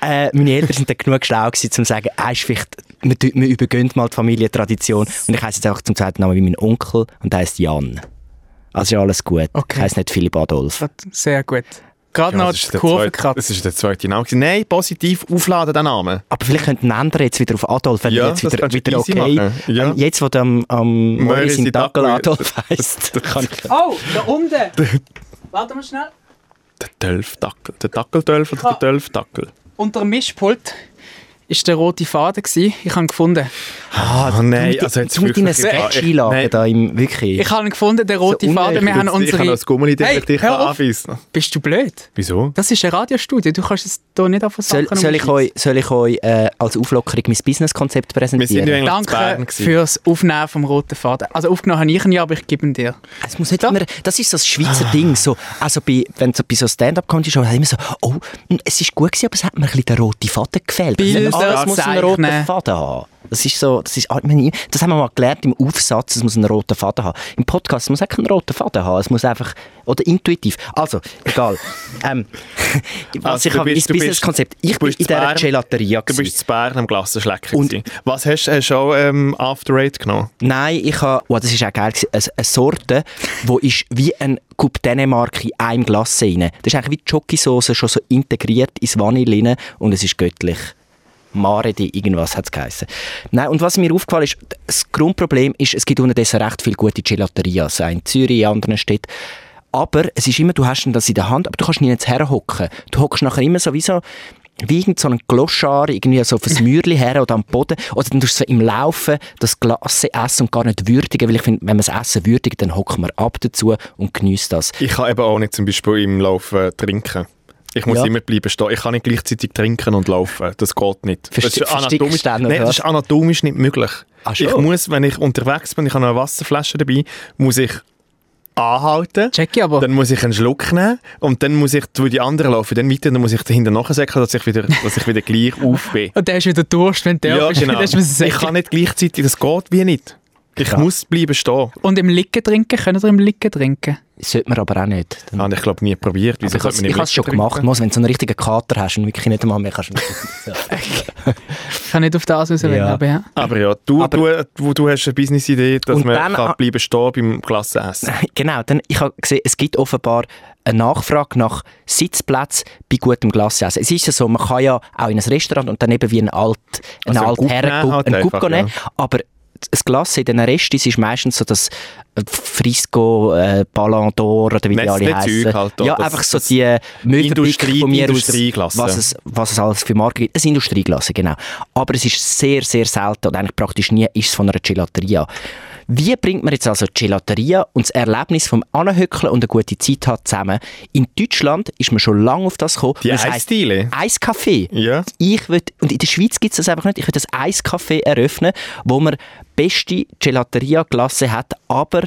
Äh, meine Eltern sind dann genug schlau gewesen, um zu sagen, ah, ist vielleicht, wir, tü- wir übergehen mal die Familientradition. Und ich heiße jetzt einfach zum zweiten Namen wie mein Onkel und der heißt Jan. Also ist alles gut.
Okay.
Ich heiße nicht Philipp Adolf.
Sehr gut. Gerade
Ja,
noch
das ist
die
der
Kurve
zweite- Das
gekratzt.
ist der zweite Name. gewesen. Nein, positiv aufladen, den Namen.
Aber vielleicht könnten wir ändern jetzt wieder auf Adolf, wenn
Ja,
wir jetzt
das
wieder,
kannst du
wieder
easy
okay.
machen. Ja.
Ähm, Jetzt, wo der am am Mori
Mori
sein
sein
Dackel
Dackel-
Adolf heisst, kann ich.
Oh, da unten. Warte mal schnell.
Der Dölfdackel. Der Dackeldölf oder der Dölfdackel?
Unter dem Mischpult war der rote Faden. Gewesen. Ich habe ihn gefunden.
Ah, nein,
mit, du mit deinen
Ah,
Sketch-Einlagen da Also, im, wirklich.
Ich habe ihn gefunden, der rote
So
Faden.
unnötig.
Wir haben
Ich habe
unsere...
das Gummeli
Hey,
hey, dich
hör auf.
anweisen.
Bist du blöd?
Wieso?
Das ist ein Radiostudio. Du kannst es hier nicht auf was
soll, soll ich euch, soll ich euch äh, als Auflockerung mein Businesskonzept
Wir sind ja
präsentieren?
eigentlich zu Bern
Danke
gewesen.
fürs Aufnehmen vom roten Faden. Also aufgenommen habe ich ihn ja, aber ich gebe ihn dir.
Es muss nicht immer, das ist so das Schweizer
Ah.
Ding. So, also bei, wenn so bei so Stand-up-Comedy-Show immer so, oh, mh, es ist gut gewesen, aber es hat mir ein bisschen den roten Faden gefehlt. Also
Bilder
alles muss einen
zeichnen.
roten Faden haben. Das ist so, das ist, ah, ich meine, das haben wir mal gelernt im Aufsatz, es muss einen roten Faden haben. Im Podcast muss es auch keinen roten Faden haben. Es muss einfach, oder intuitiv. Also, egal. ähm, was
Also,
ich
du
habe, mein
bist- du bist-
Businesskonzept. Ich
du
bin
bist
in dieser
Bern-
Gelateria.
Du
gewesen.
bist zu Bern am Glassenschlecken.
Und-
gewesen. Was hast du hast du auch ähm, After Eight genommen?
Nein, ich habe, oh, das ist auch geil, gewesen. eine, eine Sorte, die ist wie ein Coupe Dänemark in einem Glas rein. Das ist eigentlich wie die Schokosauce schon so integriert ins Vanille rein und es ist göttlich. Maredi, irgendwas hat es geheissen. Nein, und was mir aufgefallen ist, das Grundproblem ist, es gibt unterdessen recht viele gute Gelaterias, auch in Zürich, in anderen Städten. Aber es ist immer, du hast dann das in der Hand, aber du kannst nicht herhocken. Du hockst nachher immer so wie so wie irgend so ein Gloschar irgendwie so auf ein Mäuerchen her oder am Boden. Oder dann tust du so im Laufen das Glas essen und gar nicht würdigen, weil ich finde, wenn man es essen würdigt, dann hockt man ab dazu und genießt das.
Ich kann eben auch nicht zum Beispiel im Laufen trinken. Ich muss
Ja.
immer bleiben stehen. Ich kann nicht gleichzeitig trinken und laufen. Das geht nicht.
Verste-
das, ist
verstickst
anatomisch,
du dann, oder Ah,
nein, das ist anatomisch nicht möglich.
Ach so.
ich muss, wenn ich unterwegs bin, ich habe noch eine Wasserflasche dabei, muss ich anhalten.
Check ich aber.
Dann muss ich einen Schluck nehmen und dann muss ich durch die anderen laufen, dann weiter, dann muss ich dahinter nachsäckeln, dass ich wieder, dass ich wieder gleich auf bin.
Und der ist wieder Durst, wenn der
ja,
ist,
genau.
Dann ist
Ich kann nicht gleichzeitig, das geht wie nicht. Ich
Krass.
muss bleiben stehen.
Und im Licken trinken? Könnt ihr im Licken trinken?
Sollte man aber auch nicht. Dann-
Habe Ah, ich glaube nie probiert.
Aber
Wieso
ich has-
könnte man
ich
nicht
habe es schon
trinken?
gemacht, muss, wenn du so einen richtigen Kater hast und wirklich nicht einmal mehr kannst.
Ich kann nicht auf das raus,
Ja.
aber ja.
Aber ja, du,
Aber-
du, du, du hast eine Business-Idee, dass
Und
man
dann-
kann bleiben stehen beim Klassenessen.
genau, dann, ich habe gesehen, es gibt offenbar eine Nachfrage nach Sitzplätzen bei gutem Glassessen. Es ist ja so, man kann ja auch in ein Restaurant und dann eben wie ein alt, ein
Also ein
alt
Gup
Herr,
nehmen halt
ein Gup
einfach,
nehmen, aber das Glas in diesen Restis ist meistens so das Frisco, äh, Ballon d'Or oder wie die alle
Nestle-Zeug
heissen.
halt,
ja,
das-
einfach so die Müllfabrik
Industrie-
von mir aus,
Industrieglasse.
was es, was es alles für Marken gibt. Es ist Industrieglasse, genau. Aber es ist sehr, sehr selten und eigentlich praktisch nie ist es von einer Gelateria. Wie bringt man jetzt also die Gelateria und das Erlebnis vom Anhöckeln und eine gute Zeit hat zusammen? In Deutschland ist man schon lange auf das gekommen.
Die
Das heisst
Eisdiele?
Eiskaffee.
Ja.
Ich will, und in der Schweiz gibt es das einfach nicht. Ich will ein Eiscafé eröffnen, wo man beste Gelateria Glasse hat, aber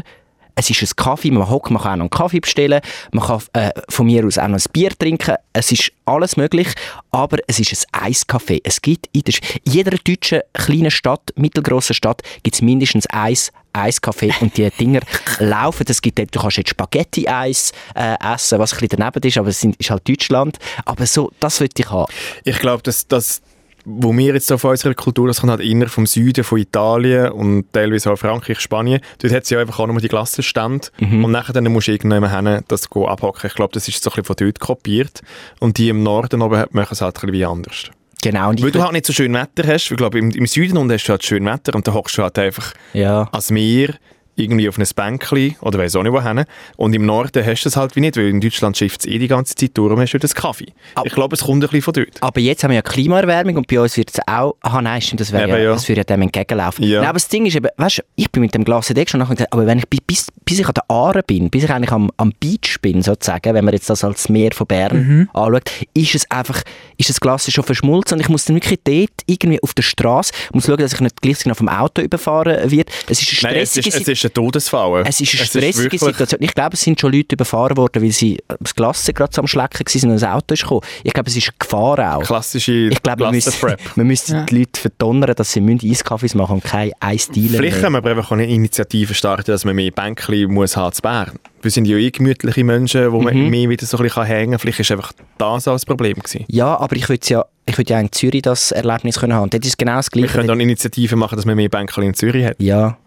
es ist ein Kaffee, man hockt, man kann auch noch einen Kaffee bestellen, man kann äh, von mir aus auch noch ein Bier trinken, es ist alles möglich, aber es ist ein Eiscafé. Es gibt in, der, Sch- in jeder deutschen kleinen Stadt, mittelgroßen Stadt, gibt es mindestens eins Eiscafé und die Dinger laufen. Es gibt, dort- du kannst jetzt Spaghetti-Eis äh, essen, was ein bisschen daneben ist, aber es sind- ist halt Deutschland. Aber so, das will ich haben.
Ich glaube, dass das, wo wir jetzt so von unserer Kultur, das kommt halt inner vom Süden, von Italien und teilweise auch Frankreich, Spanien. Dort hat es ja einfach auch nur die Klassenstände
Mhm.
und nachher dann musst du irgendjemand hin, das go abhacken. Ich glaube, das ist so ein bisschen von dort kopiert. Und die im Norden oben hat- machen es halt ein bisschen wie anders.
Genau. Und ich
Weil du
würd-
halt nicht so schön Wetter hast. Ich glaube, im, im Süden unten hast du halt schön Wetter und da hockst du halt einfach
ja.
als Meer irgendwie auf einem Bänkli oder weiss auch nicht wohin. Und im Norden hast du es halt wie nicht, weil in Deutschland schifft es eh die ganze Zeit durch und hast du das Kaffee. Ich glaube, es kommt ein bisschen von dort.
Aber jetzt haben wir ja Klimaerwärmung und bei uns wird es auch... Ah nein, stimmt, das wäre
Eben,
ja,
ja.
Das würde ja dem entgegenlaufen.
Ja.
Nein, aber das Ding ist eben, weißt du, ich bin mit dem Glas Deck schon nachher gesagt, aber wenn ich, bi- bis, bis ich an der Aare bin, bis ich eigentlich am, am Beach bin, sozusagen, wenn man jetzt das als Meer von Bern
Mhm.
anschaut, ist es einfach, ist das Glas schon verschmolzen und ich muss dann wirklich dort irgendwie auf der Straße, muss schauen, dass ich nicht gleich genau vom Auto überfahren wird. Es ist eine
Nein, es ist,
stressige
es
Situation.
ist ein Todesfall.
Es ist eine stressige
Äh, wirklich-
Situation. Ich glaube, es sind schon Leute überfahren worden, weil sie äh, das Glas gerade so am Schlecken waren und ein Auto ist gekommen. Ich glaube, es ist eine Gefahr auch.
Klassische
Ich glaube, man müsste,
Klassenprep.
man müsste
Ja.
die Leute verdonnern, dass sie müssen Eiskaffees machen und keine Eisdielen
Vielleicht
mehr.
können wir aber einfach auch eine Initiative starten, dass man mehr Bänkli muss haben zu Bern. Wir sind ja eh gemütliche Menschen, wo
Mhm.
man mehr wieder so ein bisschen hängen kann. Vielleicht ist einfach das auch das Problem gewesen.
Ja, aber ich würde ja, ich würde ja in Zürich das Erlebnis können haben. Dort ist es genau das
Wir
Gleiche.
können auch eine Initiative machen, dass man mehr Bänkli in Zürich hat.
ja.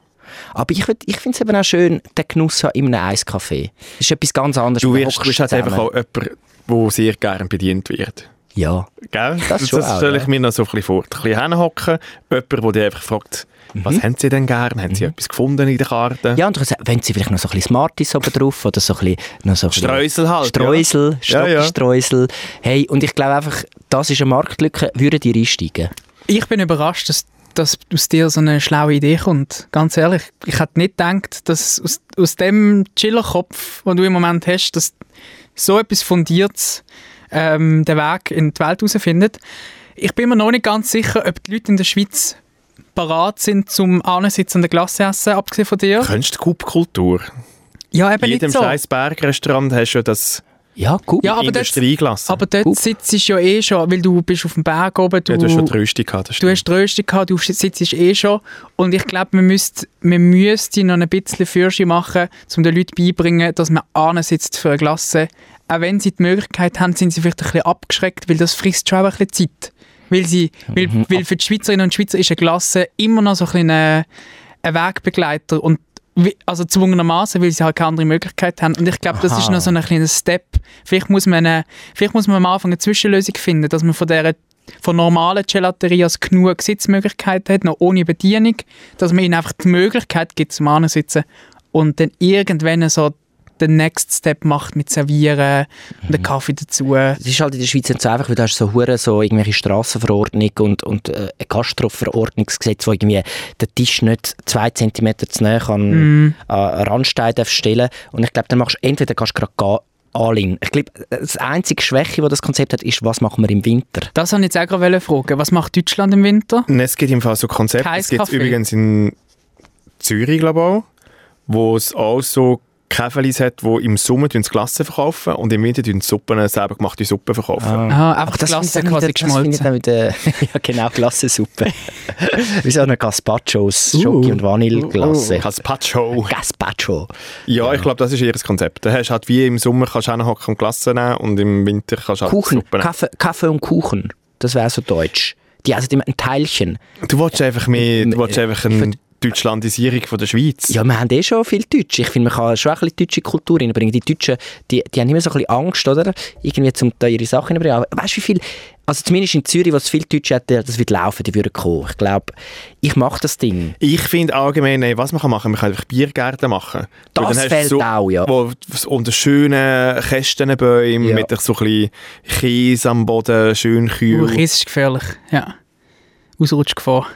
Aber ich, würd- ich finde es eben auch schön, den Genuss haben in einem Eiscafé. Das ist etwas ganz anderes.
Du
Man
wirst,
hockt
du bist halt
zusammen.
einfach auch jemand, der sehr gern bedient wird.
Ja.
Gell?
Das schon auch,
stelle ich
ja.
mir noch so ein bisschen vor. Ein bisschen hinhocken, jemand, der dich einfach fragt, was haben sie denn gern? Haben sie etwas gefunden in der Karte?
Mhm. Ja, und dann sagen, wenn sie vielleicht noch so ein bisschen Smarties oben drauf oder so ein bisschen, noch so ein bisschen-
Streusel halt,
Streusel,
ja. Ja, ja.
Stockenstreusel. Hey, und ich glaube einfach, das ist eine Marktlücke, würden die einsteigen?
Ich bin überrascht, dass, dass aus dir so eine schlaue Idee kommt. Ganz ehrlich, ich hätte nicht gedacht, dass aus, aus dem Chillerkopf, den du im Moment hast, dass so etwas Fundiertes ähm, den Weg in die Welt herausfindet. Ich bin mir noch nicht ganz sicher, ob die Leute in der Schweiz parat sind zum Ansitzen an der Glasse essen, abgesehen von dir.
Kennst du die Coop-Kultur?
Ja, eben
In jedem
nicht so.
scheiß Bergrestaurant hast du ja das
Ja, gut.
Ja, aber dort,
Industrieglas.
aber dort
Gut.
sitzt du ja eh schon, weil du bist auf dem Berg oben. Du,
ja, du hast schon die Rüstung gehabt. das
du
stimmt.
hast die Röstung gehabt, du sitzt eh schon. Und ich glaube, man müsste, man müsste noch ein bisschen Fürsche machen, um den Leuten beibringen, dass man sitzt für eine Klasse. Auch wenn sie die Möglichkeit haben, sind sie vielleicht ein bisschen abgeschreckt, weil das frisst schon auch ein bisschen Zeit. Weil, sie, weil,
Mhm.
weil für die Schweizerinnen und Schweizer ist eine Klasse immer noch so ein bisschen ein, ein Wegbegleiter. Und wie- also zwungenermaßen, weil sie halt keine andere Möglichkeit haben. Und ich glaube, das ist
Aha.
noch so ein kleiner Step. Vielleicht muss man, eine, vielleicht muss man am Anfang eine Zwischenlösung finden, dass man von der von normalen Gelaterias genug Sitzmöglichkeiten hat, noch ohne Bedienung, dass man ihnen einfach die Möglichkeit gibt, zum Ansitzen und dann irgendwann so den Next Step macht mit Servieren und den
Mhm.
Kaffee dazu.
Es ist halt in der Schweiz nicht so einfach, weil du hast so hure so irgendwelche Strassenverordnung und, und äh, ein Gastroverordnungsgesetz, wo irgendwie den Tisch nicht zwei Zentimeter zu nahe an,
Mhm.
an Randstein darf stellen Und ich glaube, dann machst du entweder kannst du gerade anlehnen. Ich glaube, das einzige Schwäche, das das Konzept hat, ist, was machen wir im Winter?
Das wollte ich jetzt auch gerade fragen. Was macht Deutschland im Winter?
Nein, es gibt im Fall so Konzepte,
Kein
es gibt
Kaffee.
übrigens in Zürich, glaube ich auch, wo es auch so Käferlis hat, die im Sommer die Klassen verkaufen und im Winter die Suppen, äh, selber gemachte Suppen verkaufen.
Ah,
Aha, einfach
das
die Klasse
finde ich
quasi
dann wieder-
geschmolzen.
Das finde ich dann wieder, ja genau, Glassensuppe. Wie so eine Gazpacho aus Schoki- und
Oh,
Vanilleglasse.
Caspacho.
Gazpacho.
Ja, ich glaube, das ist ihr Konzept. Da hast du halt wie im Sommer kannst du auch noch Klassen nehmen und im Winter kannst du halt
Kuchen,
Suppen nehmen.
Kaffee, Kaffee und Kuchen. Das wäre so deutsch. Die essen immer ein Teilchen.
Du willst einfach mehr, du willst einfach
äh, ich
eine
würd-
Deutschlandisierung von der Schweiz.
Ja, wir haben eh schon viel Deutsch. Ich finde, man kann schon auch ein bisschen deutsche Kultur reinbringen. Die Deutschen, die, die haben immer so ein bisschen Angst, oder? Irgendwie zum da ihre Sachen reinbringen. Aber weißt du, wie viel... Also zumindest in Zürich, wo es viele Deutsche hat, das wird laufen, die würden kommen. Ich glaube, ich mache das Ding.
Ich finde allgemein, ey, was man kann machen kann, man kann einfach Biergärten machen.
Das
Weil dann hast du
fehlt auch, ja.
Wo, wo- unter schönen Kästenbäumen
Ja.
mit so ein bisschen Käse am Boden, schön kühl.
Uh, Kies ist gefährlich. Ja. Ausrutschgefahr.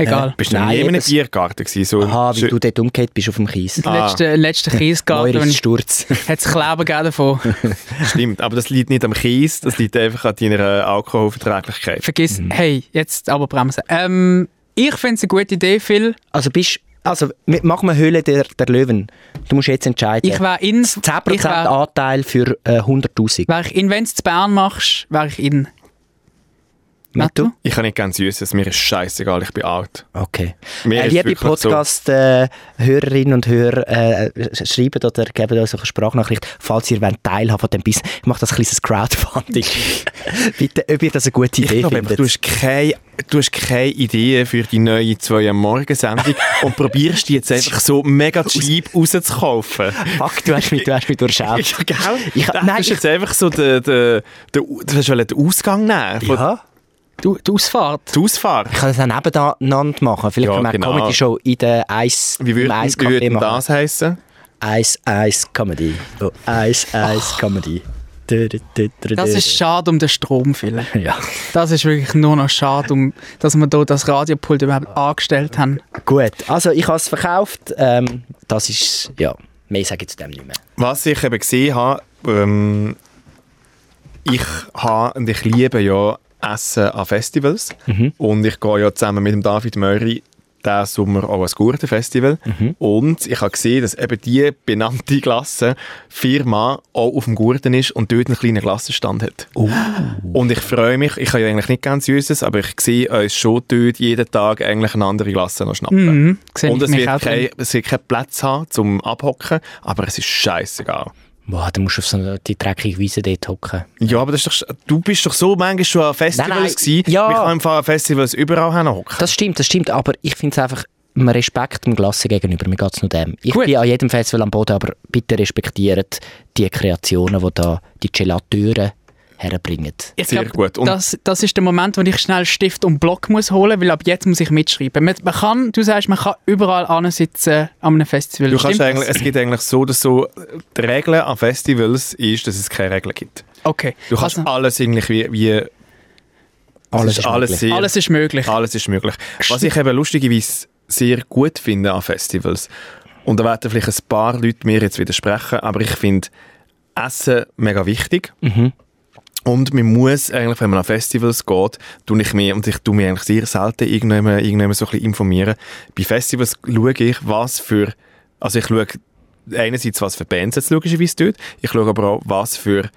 Egal.
Bist du noch
Nein,
nie in einem
das-
Biergarten gewesen? So
Aha, weil
schön-
Ah, du dort umgekehrt bist auf dem Kies.
Der
Ah.
letzte, letzte Kiesgarten, wenn
Neueres
ich-
Sturz.
hat es Kleber gegeben davon.
Stimmt, aber das liegt nicht am Käse, das liegt einfach an deiner äh, Alkoholverträglichkeit.
Vergiss, hey, jetzt aber bremsen. Ähm, ich finde es eine gute Idee, Phil.
Also bist... Also, wir- machen wir Höhle der, der Löwen. Du musst jetzt entscheiden.
Ich wäre in. Ich
10%
wär,
Anteil für äh, 100'000.
wär ich in, wenn du es zu Bern machst, wäre ich in.
Mit du?
Ich kann nicht ganz süßes, mir ist scheißegal, ich bin alt.
Okay.
Mir
Äh,
ist
liebe
wirklich
Podcast-Hörerinnen und Hörer, äh, sch- schreibt oder gebt uns eine Sprachnachricht, falls ihr wollt, teilhaben von dem Biss. Ich mache das ein kleines Crowdfunding. Bitte, ob ihr das eine gute
Ich
Idee
glaube, einfach, du
findet.
hast, keine, du hast keine Idee für die neue 2 am Morgen-Sendung und probierst die jetzt einfach so mega cheap rauszukaufen.
Fuck, du hast mich, du hast mich durchschaut.
Ja, gell?
Ich-
das
nein,
ist
ich-
jetzt einfach so der, der, der, du hast wollen den Ausgang nehmen, von
Ja.
Du, die Ausfahrt.
die Ausfahrt.
Ich kann das dann nebeneinander machen. Vielleicht
Ja,
können wir eine
genau.
Comedy-Show in der Eis,
Wie würde
im
wie
Eiscafé
würde
machen.
das heißen?
Eis, Eis, Comedy. Oh, Eis, Eis,
Oh.
Comedy. Dö, dö, dö, dö,
Das
dö.
ist schade um den Strom, Phil.
Ja.
Das ist wirklich nur noch schade, um, dass wir hier das Radiopult überhaupt angestellt haben.
Gut, also ich habe es verkauft. Ähm, das ist, ja, mehr sage ich zu dem nicht mehr.
Was ich eben gesehen habe, ähm, ich habe und ich liebe ja Essen an Festivals und ich gehe ja zusammen mit dem David Möri diesen Sommer auch ans Gurtenfestival und ich habe gesehen, dass eben die benannte Glassenfirma auch auf dem Gurten ist und dort einen kleinen Glassenstand hat. Und ich freue mich, ich habe ja eigentlich nicht ganz Süßes, aber ich sehe uns schon dort jeden Tag eigentlich eine andere Glasse noch schnappen.
Mhm. Sehe
Und es
ich mich auch
wird, kein,
drin.
es wird keinen Platz haben zum Abhocken, aber es ist scheißegal.
Boah, du musst auf so eine, die dreckige Wiese dort hocken.
Ja, aber das ist doch, du bist doch so manchmal schon an Festivals
Nein, nein,
gewesen.
ja.
Man kann im Fall an Festivals überall hinhocken.
Das stimmt, das stimmt, aber ich finde es einfach, man Respekt dem Glasse gegenüber, mir geht es nur dem. Ich
Gut.
bin an jedem Festival am Boden, aber bitte respektiert die Kreationen, die da die Gelateure herbringen.
Ich
Sehr
glaub,
gut. Und-
das, das ist der Moment, wo ich schnell Stift und Block muss holen, weil ab jetzt muss ich mitschreiben. Man, man kann, du sagst, man kann überall ansitzen an einem Festival.
Du kannst
Stimmt
eigentlich,
das?
es gibt eigentlich so, dass so äh, die Regeln an Festivals ist, dass es keine Regeln gibt.
Okay.
Du kannst
also,
alles eigentlich wie, wie es ist alles,
möglich.
sehr,
alles ist möglich.
alles ist möglich. Was ich eben lustigerweise sehr gut finde an Festivals, und da werden vielleicht ein paar Leute mir jetzt widersprechen, aber ich finde Essen mega wichtig. Und man muss eigentlich, wenn man an Festivals geht, tue ich mich, und ich tue mich eigentlich sehr selten irgendjemand, irgendjemand so ein bisschen informieren. Bei Festivals schaue ich, was für, also ich schaue einerseits, was für Bands es logischerweise dort, ich schaue aber auch, was für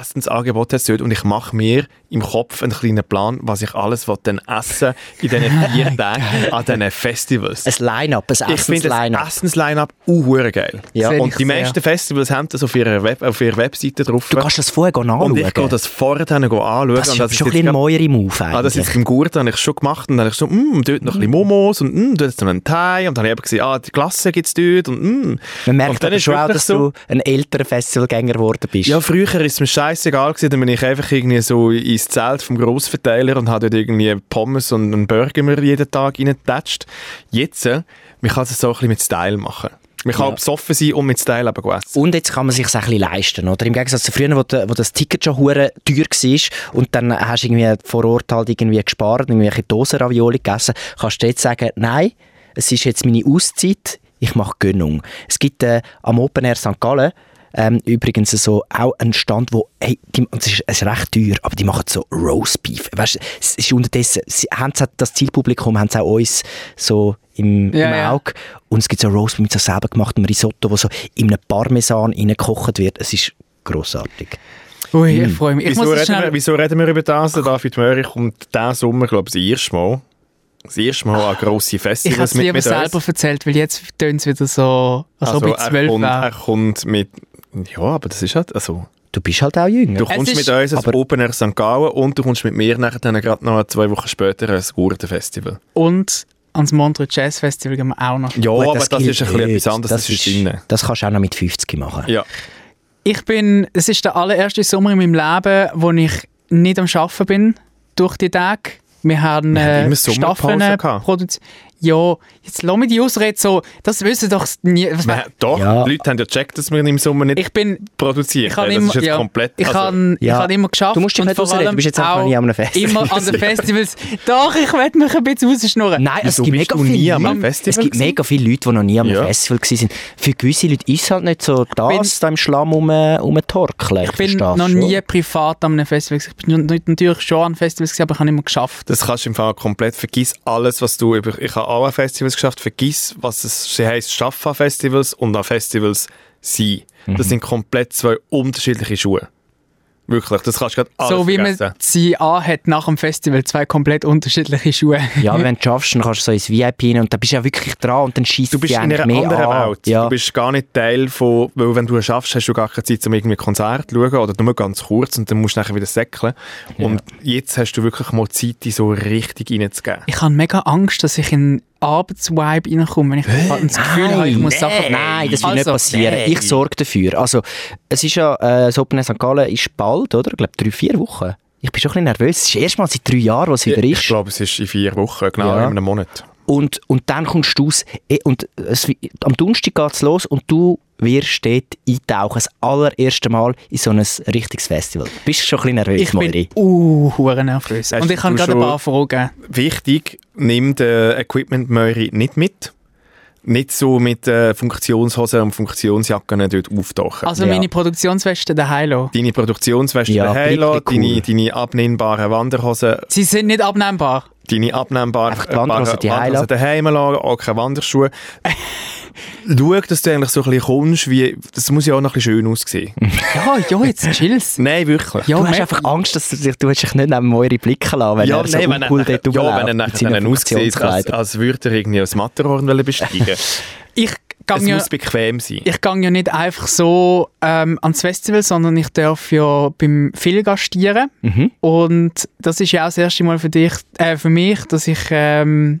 Essensangebot es dort und ich mache mir im Kopf einen kleinen Plan, was ich alles will, dann essen in diesen vier Tagen an diesen Festivals.
Ein Line-Up, ein
Ich finde
Essens-Line-Up.
das Essens-Line-Up unhure geil.
Ja.
Sehe ich
Und die
sehr.
meisten Festivals haben das auf ihrer, Web auf ihrer Webseite drauf.
Du kannst das vorher gehen
Und
anschauen.
ich gehe das vorher dann anschauen.
das
und
ist schon ein
jetzt
bisschen ein
gerade-
Moiri-Move eigentlich.
Ah, das jetzt beim Gurten habe ich schon gemacht und dann habe ich so, mmm, dort noch ein bisschen Momos und mmm, dort noch einen Thai und dann habe ich eben gesehen, ah, die Klasse gibt es dort und mmm.
Man
Und
merkt
dann
aber
ist
schon auch,
wirklich
dass
so-
du ein älterer Festivalgänger geworden bist.
Ja, früher ist es mir scheißegal gewesen, dann bin ich einfach irgendwie so ins Zelt vom Grossverteiler und habe dort irgendwie Pommes und einen Burger mir jeden Tag reingetatscht. Jetzt, äh, man kann es so ein bisschen mit Style machen. Man kann
Ja.
besoffen sein und mit Style eben gut essen.
Und jetzt kann man sich ein bisschen leisten, oder? Im Gegensatz zu früher, wo, de, wo das Ticket schon hure teuer war und dann hast du irgendwie vor Ort halt irgendwie gespart, irgendwelche Dosen Ravioli gegessen, kannst du jetzt sagen, nein, es ist jetzt meine Auszeit, ich mache Gönnung. Es gibt äh, am Open Air St. Gallen ähm, übrigens so auch einen Stand, wo, hey, die, und es, ist, es ist recht teuer, aber die machen so Roastbeef. Weißt, es ist unterdessen, sie haben das Zielpublikum, haben es auch uns so im,
Ja,
im
ja.
Auge. Und es gibt so Roast mit so selber gemachtem Risotto, wo so in einem Parmesan reingekocht wird. Es ist grossartig.
Ui, ich freue mich. Ich
Hm. Wieso
muss das
reden, wir,
schnell...
wieso reden wir über das? Der David Möhrig kommt diesen Sommer, glaube ich, das erste Mal. Das erste Mal an grosse
Ich habe
Festivals
es lieber selber erzählt, weil jetzt tönt es wieder so, als ob ich
Also, er,
zwölf
kommt, er
wäre.
kommt mit... Ja, aber das ist halt... Also,
Du bist halt auch jünger.
du
Es
kommst
ist-
mit uns als
aber-
Open Air St. Gallen und du kommst mit mir nachher dann gerade noch zwei Wochen später ans Gurtenfestival.
Und ans Montreux Jazz Festival gehen wir auch noch.
Ja,
Gut,
oh, aber das,
gilt
ist ein bisschen
nicht.
etwas anderes. Das, ist drinnen.
Das kannst du auch noch mit 50 machen.
Ja.
Ich bin, es ist der allererste Sommer in meinem Leben, wo ich nicht am Arbeiten bin, durch die Tage. Wir haben,
Wir haben
äh,
immer Sommerpause
Staffeln
gehabt.
produziert. Ja, jetzt lass mich die Ausrede so, das wissen doch nie. Was,
Man, doch,
Ja.
die Leute haben ja gecheckt, dass wir im Sommer nicht
ich bin,
produziert
ich habe
haben. Das
immer,
ist jetzt
ja,
komplett...
ich
also-
habe ich
Ja.
habe immer geschafft.
Du musst dich
und
nicht
vor
ausreden, du
allem
bist jetzt einfach noch
auch
nie an einem Festival.
Immer an den Festivals. Doch, ich werde mich ein bisschen rausschnurren.
Nein, es
Wieso
gibt,
bist
mega
du nie
viele
an einem
Leute,
Festival
es gibt
gewesen?
mega viele Leute, die noch nie am
Ja.
Festival waren. Für gewisse Leute ist es halt nicht so das, da im Schlamm rum, rumtorkeln.
Ich bin
versteh's
noch
schon.
nie privat an einem Festival. gewesen. Ich bin n- natürlich schon an Festivals, gewesen, aber ich habe immer geschafft.
Das kannst du im Fall komplett vergiss alles, was du über. Ich habe auch an Festivals geschafft, vergiss, was es sie heisst, schaffen an Festivals und an Festivals sein.
Mhm.
Das sind komplett zwei unterschiedliche Schuhe. Wirklich, das kannst du gerade alles
so wie man
vergessen.
sie anhat nach dem Festival, zwei komplett unterschiedliche Schuhe.
Ja, wenn du schaffst, dann kannst du so ins VIP rein und dann bist du ja wirklich dran und dann schießt
Du bist in einer
mehr
anderen
an.
Welt.
Ja.
Du bist gar nicht Teil von, weil wenn du es schaffst, hast du gar keine Zeit, um irgendwie Konzert zu schauen oder nur ganz kurz und dann musst du nachher wieder säckeln. Und jetzt hast du wirklich mal Zeit, die so richtig reinzugeben.
Ich habe mega Angst, dass ich in Arbeitsvibe reinkomme, wenn ich das Gefühl habe, ich muss Sachen...
Nein, das wird
also,
nicht passieren. Ich sorge dafür. Also, es ist ja, äh, das Open Air St. Gallen ist bald, oder? Ich glaube, drei, vier Wochen. Ich bin schon ein bisschen nervös. Es ist erstmal seit drei Jahren, was wieder
Ich
ist.
glaube, es ist in vier Wochen, genau
Ja.
in einem Monat.
Und, und dann kommst du raus. eh, Und es, wi- am Donnerstag geht es los und du wirst dort eintauchen. Das allererste Mal in so ein richtiges Festival. Bist du schon ein bisschen nervös,
Ich bin
Moiri?
uh, hure nervös.
Hast
Und ich habe
du
gerade
schon-
ein paar Fragen.
wichtig, nimm den equipment möri nicht mit. Nicht so mit äh, Funktionshosen und Funktionsjacken dort auftauchen.
Also
Ja.
meine Produktionsweste daheim lassen.
deine Produktionsweste
Ja,
daheim lassen,
richtig
deine,
cool.
deine abnehmbaren Wanderhosen,
Sie sind nicht abnehmbar.
deine abnehmbaren
Einfach die Wanderhosen
äh,
daheim
Wanderhosen
lassen.
daheim lassen, auch keine Wanderschuhe. Schau, dass du eigentlich so ein bisschen kommst, wie, das muss ja auch noch ein bisschen schön aussehen.
Ja, ja, jetzt chill's.
Nein, wirklich.
Ja,
Du hast
me-
einfach Angst, dass du dich, du hast dich nicht neben Moiri blicken lassen, wenn er so
nein,
cool dort
ja, wenn er
rumläuft mit
nachher
seinen
dann aussieht, als,
Funktionskleidern.
als würde er irgendwie ein Matterhorn wollen besteigen.
Ich
es
gang ja,
muss bequem sein.
ich gang ja nicht einfach so ähm, ans Festival, sondern ich darf ja beim Phil gastieren.
Mhm.
Und das ist ja auch das erste Mal für dich, äh, für mich, dass ich, ähm,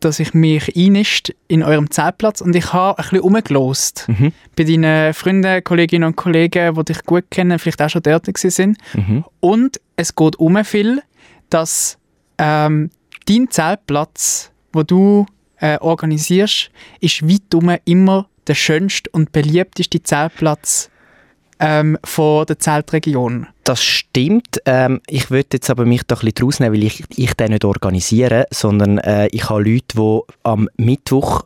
dass ich mich einnist in eurem Zeltplatz und ich habe ein bisschen rumgelost
Mhm.
bei deinen Freunden, Kolleginnen und Kollegen, die dich gut kennen, vielleicht auch schon dort gewesen sind.
Mhm.
Und es geht um viel, dass ähm, dein Zeltplatz, wo du äh, organisierst, ist weit um immer der schönste und beliebteste Zeltplatz ähm, von der Zeltregion.
Das stimmt. Ähm, ich würde jetzt aber mich da ein bisschen draus nehmen, weil ich, ich den nicht organisiere, sondern äh, ich habe Leute, die am Mittwoch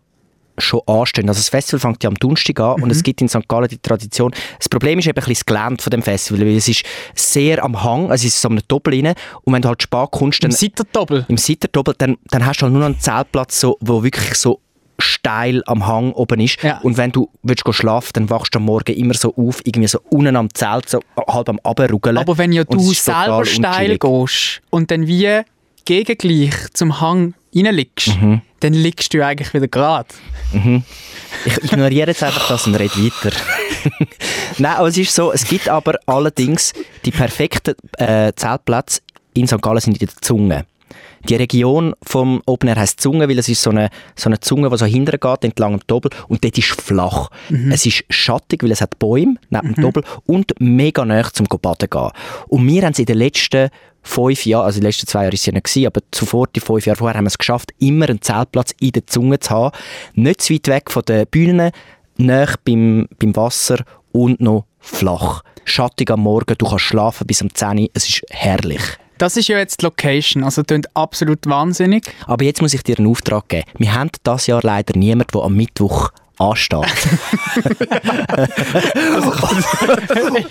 schon anstehen. Also das Festival fängt ja am Donnerstag an und es gibt in St. Gallen die Tradition. Das Problem ist eben ein bisschen das Gelände von dem Festival, weil es ist sehr am Hang, es ist so am Doppel rein und wenn du halt spät kommst, dann
Seid ihr doppelt?
im Seitendoppel, dann, dann hast du halt nur noch einen Zeltplatz, so, wo wirklich so steil am Hang oben ist.
Ja.
Und wenn du willst go schlafen dann wachst du am Morgen immer so auf, irgendwie so unten am Zelt, so halb am Abendrugeln.
Aber wenn ja
Und es
du
ist total
selber steil
unchillig.
gehst und dann wie gegengleich zum Hang reinliegst,
Mhm.
dann liegst du eigentlich wieder gerade.
Ich ignoriere jetzt einfach das und rede weiter. Nein, aber es ist so, es gibt aber allerdings die perfekten äh, Zeltplätze in St. Gallen sind in der Zunge. Die Region vom Open Air heisst Zunge, weil es ist so eine, so eine Zunge, die so hinten geht, entlang dem Doppel. Und dort ist flach. Es ist schattig, weil es hat Bäume neben dem Doppel und mega nahe zum go baden gehen. Und wir haben es in den letzten fünf Jahren, also die letzten zwei Jahre war es ja nicht, gewesen, aber zuvor, die fünf Jahre vorher, haben wir es geschafft, immer einen Zeltplatz in der Zunge zu haben. Nicht zu weit weg von den Bühnen, näher beim, beim Wasser und noch flach. Schattig am Morgen, du kannst schlafen bis um 10 Uhr, es ist herrlich.
Das ist ja jetzt die Location, also tönt absolut wahnsinnig.
Aber jetzt muss ich dir einen Auftrag geben. Wir haben das Jahr leider niemanden, der am Mittwoch ansteht.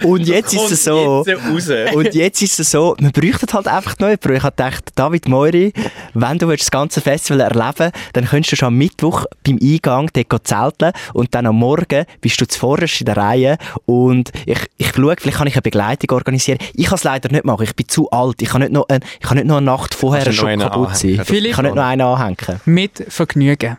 und jetzt ist es so...
raus.
Und jetzt ist es so, man bräuchte halt einfach noch jemanden. Ich habe gedacht, David Moiri, wenn du willst das ganze Festival erleben dann könntest du schon am Mittwoch beim Eingang dort gehen zelteln und dann am Morgen bist du zuvorderst in der Reihe und ich, ich schaue, vielleicht kann ich eine Begleitung organisieren. Ich kann es leider nicht machen, ich bin zu alt. Ich kann nicht noch, ein, ich kann nicht noch eine Nacht vorher
Kannst du noch
schon
einen
kaputt sein.
anhängen?
Ich kann nicht noch einen anhängen.
Mit Vergnügen.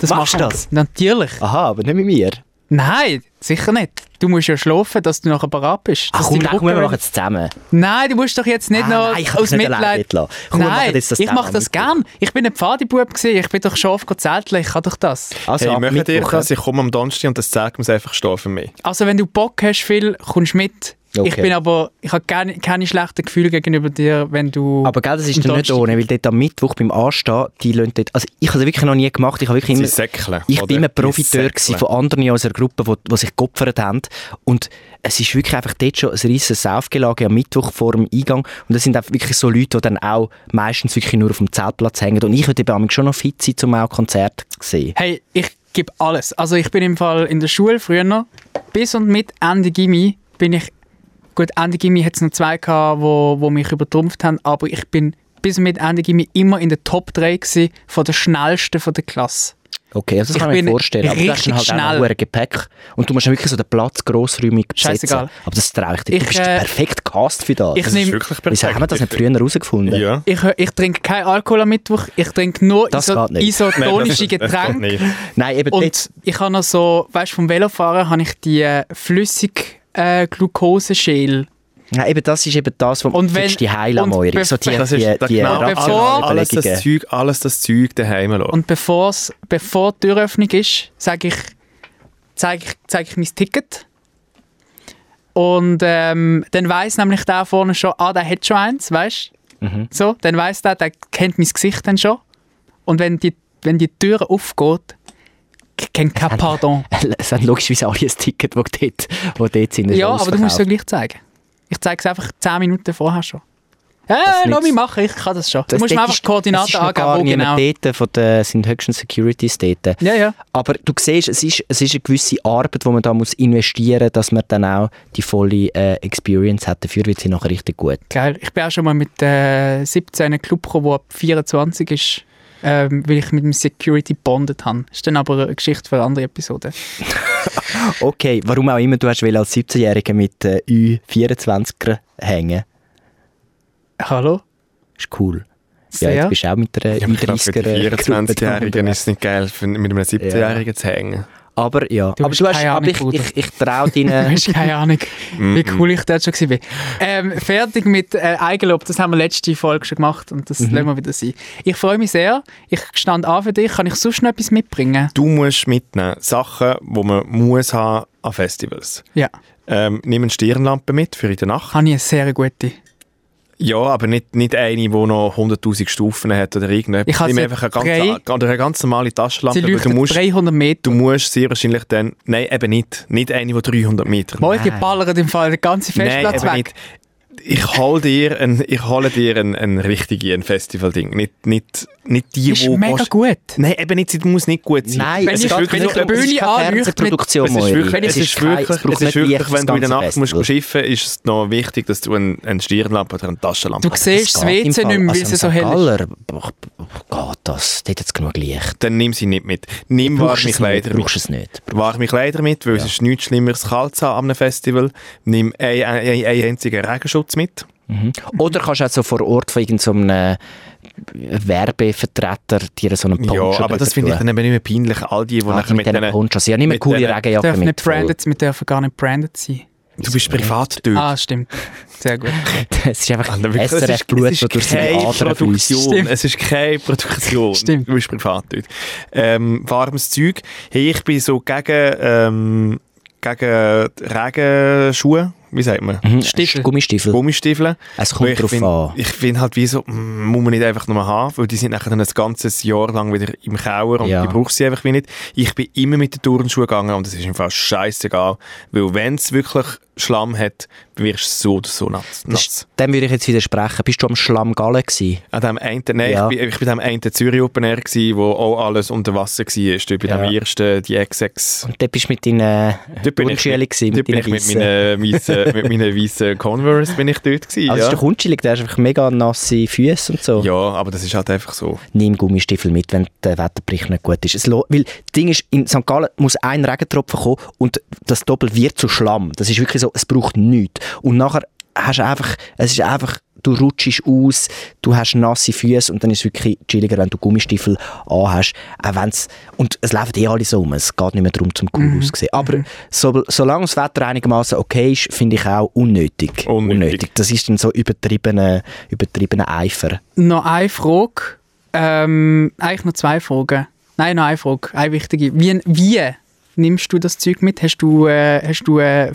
Das
Machst
machen wir.
du das?
Natürlich.
Aha, aber nicht mit mir.
Nein, sicher nicht. Du musst ja schlafen, dass du nachher bereit bist.
Ach
dass
komm,
die
nein, komm, wir
Brücke-
machen es zusammen.
Nein, du musst doch jetzt nicht
Ah,
noch
nein, ich kann
aus
dich nicht allein
Mitleid.
dort lassen. Komm, wir
nein,
machen jetzt das
ich mache
zusammen.
das gern. Ich bin ein Pfadibub gewesen. Ich bin doch schon oft zelteln. Ich kann doch das.
Also
Hey,
ab
möchtet ihr
Mittwoch.
das? Ich komme am Donnerstag und das zeigt mir einfach stehen für mich.
Also wenn du Bock hast, viel kommst mit. Ich
Okay.
bin aber, ich habe keine, keine schlechten Gefühle gegenüber dir, wenn du.
Aber gell, das ist
am
dann nicht
Donnerstag-
ohne, weil dort am Mittwoch beim Anstehen, die lassen dort, also ich habe das wirklich noch nie gemacht, ich habe wirklich
Sie
immer,
säckeln.
ich
oder?
bin immer
Sie
Profiteur gewesen
säckeln.
von anderen aus der Gruppe, die, die sich geopfert haben und es ist wirklich einfach dort schon ein riesiges Saufgelage am Mittwoch vor dem Eingang und das sind auch wirklich so Leute, die dann auch meistens wirklich nur auf dem Zeltplatz hängen und ich würde eben manchmal schon noch fit sein, um auch Konzerte zu sehen.
Hey, ich gebe alles. Also ich bin im Fall in der Schule früher, bis und mit Ende Gimmi bin ich, gut, Ende Gimmi hat es noch zwei gehabt, wo, wo mich übertrumpft haben, aber ich bin bis und mit Ende Gimmi immer in der Top 3 gewesen, von der schnellsten von der Klasse.
Okay, also das
Ich
kann ich
bin
mir vorstellen, aber du hast dann halt
richtig
auch noch
schnell.
ein Gepäck und du musst dann wirklich so den Platz grossräumig besetzen.
Scheißegal.
Aber das traue ich dir, du
Ich,
bist der
äh,
perfekte Cast für das.
ich
Das ist
nehm-
wirklich perfekt.
Wieso haben wir das nicht früher herausgefunden?
Ja.
Ich, hö- ich trinke keinen Alkohol am Mittwoch, ich trinke nur
Das
iso
geht nicht.
isotonische Getränke.
Nein.
Nein, eben dort,
Und ich habe noch so, weißt du, vom Velofahren habe ich die äh, flüssig äh, Glukoseschäl.
nein, eben das ist eben das, was
Und
du
wenn-
die Heile
und
Moiri,
bef-
so die,
Das
die,
ist
die,
der genau
Bevor-
rationalen
alles das
Überlegungen.
Zeug, alles das Zeug daheim lassen.
Und bevor's, bevor die Türöffnung ist, sage ich, zeige ich, zeig ich mein Ticket. Und ähm, dann weiß nämlich der vorne schon, ah, der hat schon eins, weißt
Mhm.
So, dann weiß der, der kennt mein Gesicht dann schon. Und wenn die, wenn die Tür aufgeht, k- kennt kein Pardon.
Es sind logischerweise alle ein Ticket, das dort, wo dort sind. das ist
Ja, aber du musst es ja
ausverkauft.
gleich zeigen. Ich zeige es einfach 10 Minuten vorher schon. Äh, lass
nützt.
mich machen, ich kann das schon. Du
Das-
musst
dort
mir einfach
ist-
die Koordinaten
es ist noch
angeben,
gar
wo genau.
niemand Dort, von den, sind höchstens Securities dort.
Ja, ja.
Aber du siehst, es ist, es ist eine gewisse Arbeit, die man da muss investieren muss, dass man dann auch die volle äh, Experience hat. Dafür wird sie nachher richtig gut.
Geil. Ich bin auch schon mal mit äh, 17 in einen Club gekommen, der ab 24 ist, ähm, weil ich mit dem Security bondet habe. Ist dann aber eine Geschichte für eine andere Episode.
Okay, warum auch immer, du hast will als 17-Jähriger mit äh, U24er hängen.
Hallo?
Ist cool. Ja,
Sehr.
jetzt bist du auch mit einer
Ja, aber ich glaube, für die
äh,
24-Jährigen ist es nicht geil, für- mit einem 17-Jährigen zu hängen.
Aber ja,
Du
aber
hast
du hast,
keine
aber
Ahnung,
ich,
Bruder.
ich, ich traue
Du
deinen...
hast keine Ahnung, wie cool ich dort schon war. Ähm, fertig mit äh, Eigenlob, das haben wir letzte Folge schon gemacht und das
Mhm.
lassen wir wieder sein. Ich freue mich sehr. Ich stand an für dich. Kann ich sonst noch etwas mitbringen?
Du musst mitnehmen Sachen, die man muss haben an Festivals.
Ja.
Ähm, nimm eine Stirnlampe mit für in der Nacht.
Habe ich eine sehr gute.
Ja, aber nicht, nicht eine, die noch 100'000 Stufen hat oder
Ich
irgendetwas.
habe
Nimm
sie
einfach eine
drei.
ganz, oder eine ganz normale
Sie
Taschenlampe. weil Du
leuchtet
musst,
300 Meter.
du musst sehr wahrscheinlich dann... Nein, eben nicht. Nicht eine, die 300 Meter
Moi, die
Nein.
ballern im Fall den ganzen Festplatz
eben
weg.
nicht. Ich hole dir ein, ich hole dir ein, ein richtiges ein Festival-Ding. Nicht, nicht, nicht die,
Ist
wo
mega
kannst-
gut.
Nein, eben nicht, sie muss nicht gut sein.
Nein,
Wenn
es
ich-
ist
wenn
wirklich
ich
nicht
eine
um- es ist
Bühne
keine
anleuchte mit-
Fernsehproduktion,
Es ist
Moiri.
wirklich, es ist
kein-
wirklich, es
braucht
ist
nicht
wirklich
Licht, das
wenn du in der
ganze
Nacht musst
Festival.
schiffen musst, ist es noch wichtig, dass du ein- eine Stirnlampe oder eine Taschenlampe
Du
hast.
siehst das
Es geht im
WC
Fall.
nicht mehr, weil
Also
es
im
so
St.
hell ist.
Galler, ach, Geht das? Dort hat es genug Licht.
Dann nimm sie nicht mit. Nimm
Du brauchst
warme
es nicht,
Kleider
du brauchst
mit.
es nicht.
Warme Kleider mit, weil es ist nichts Schlimmeres kalt zu haben an einem Festival. Nimm einen ein, ein einzigen Regenschutz mit.
Oder kannst du auch so vor Ort von irgendeinem Werbevertreter dir so einen Poncho
ja, aber das
drüber
finde ich
tun.
dann eben nicht mehr peinlich. All die, die
Ah,
nachher
mit
mit
diesen
denen...
Ponchos. Ja, nicht mehr
mit
coole
diesen-
Wir
Regenjacke
dürfen,
mit
nicht
voll.
branded, wir dürfen gar nicht branded sein.
Du bist privat dort.
Ah, stimmt. Sehr gut.
Es ist einfach
Alter, Ah, wirklich, es ist-
SRF-Blut,
es
das
ist
durch seine
keine
Adern fließt.
Produktion.
Stimmt.
Es ist keine Produktion.
Stimmt.
Du bist privat dort. Ähm, warmes Zeug. Hey, ich bin so gegen, ähm, gegen Regenschuhe. wie sagt man?
Mhm. Stiefel. Gummistiefel.
Gummistiefeln.
es
Weil
kommt
ich
drauf
find-
an.
Ich finde halt, wieso mm, muss man nicht einfach nur haben, weil die sind nachher dann ein ganzes Jahr lang wieder im Keller und
Ja.
die braucht sie einfach wie nicht. Ich bin immer mit den Turnschuhen gegangen und das ist im Fall scheißegal, weil wenn es wirklich Schlamm hat, wirst du so oder so nass.
Das
nass.
ist, dem würde ich jetzt widersprechen. Bist du am Schlammgallen gewesen?
An dem einen, nein,
Ja.
ich bin, ich bin am einen Zürich Open Air gsi, wo auch alles unter Wasser war. ist. Bei
Ja.
dem ersten, die XX.
Und dort bist du mit deinen
Dort bin ich
Unschülen
mit,
gewesen,
dort
mit
bin
deinen
ich mit
weissen.
meinen weissen- mit meinen weißen Converse bin ich dort gewesen,
Also es ist
ja.
doch unschillig, der hast einfach mega nasse Füße und so.
ja, aber das ist halt einfach so.
Nimm Gummistiefel mit, wenn der Wetterbericht nicht gut ist. Es lo- weil das Ding ist, in St. Gallen muss ein Regentropfen kommen und das Doppel wird zu Schlamm. Das ist wirklich so, es braucht nichts. Und nachher hast du einfach, es ist einfach, du rutschst aus, du hast nasse Füße und dann ist es wirklich chilliger, wenn du Gummistiefel anhast. Auch wenn's, und es laufen eh alle so um, es geht nicht mehr darum, zum cool auszusehen. Aber so, solange das Wetter einigermaßen okay ist, finde ich auch unnötig.
Unnötig.
Das ist dann so übertriebener übertriebene Eifer.
Noch eine Frage. Ähm, eigentlich noch zwei Fragen. Nein, noch eine Frage. Eine wichtige. Wie, wie nimmst du das Zeug mit? Hast du, äh, hast du einen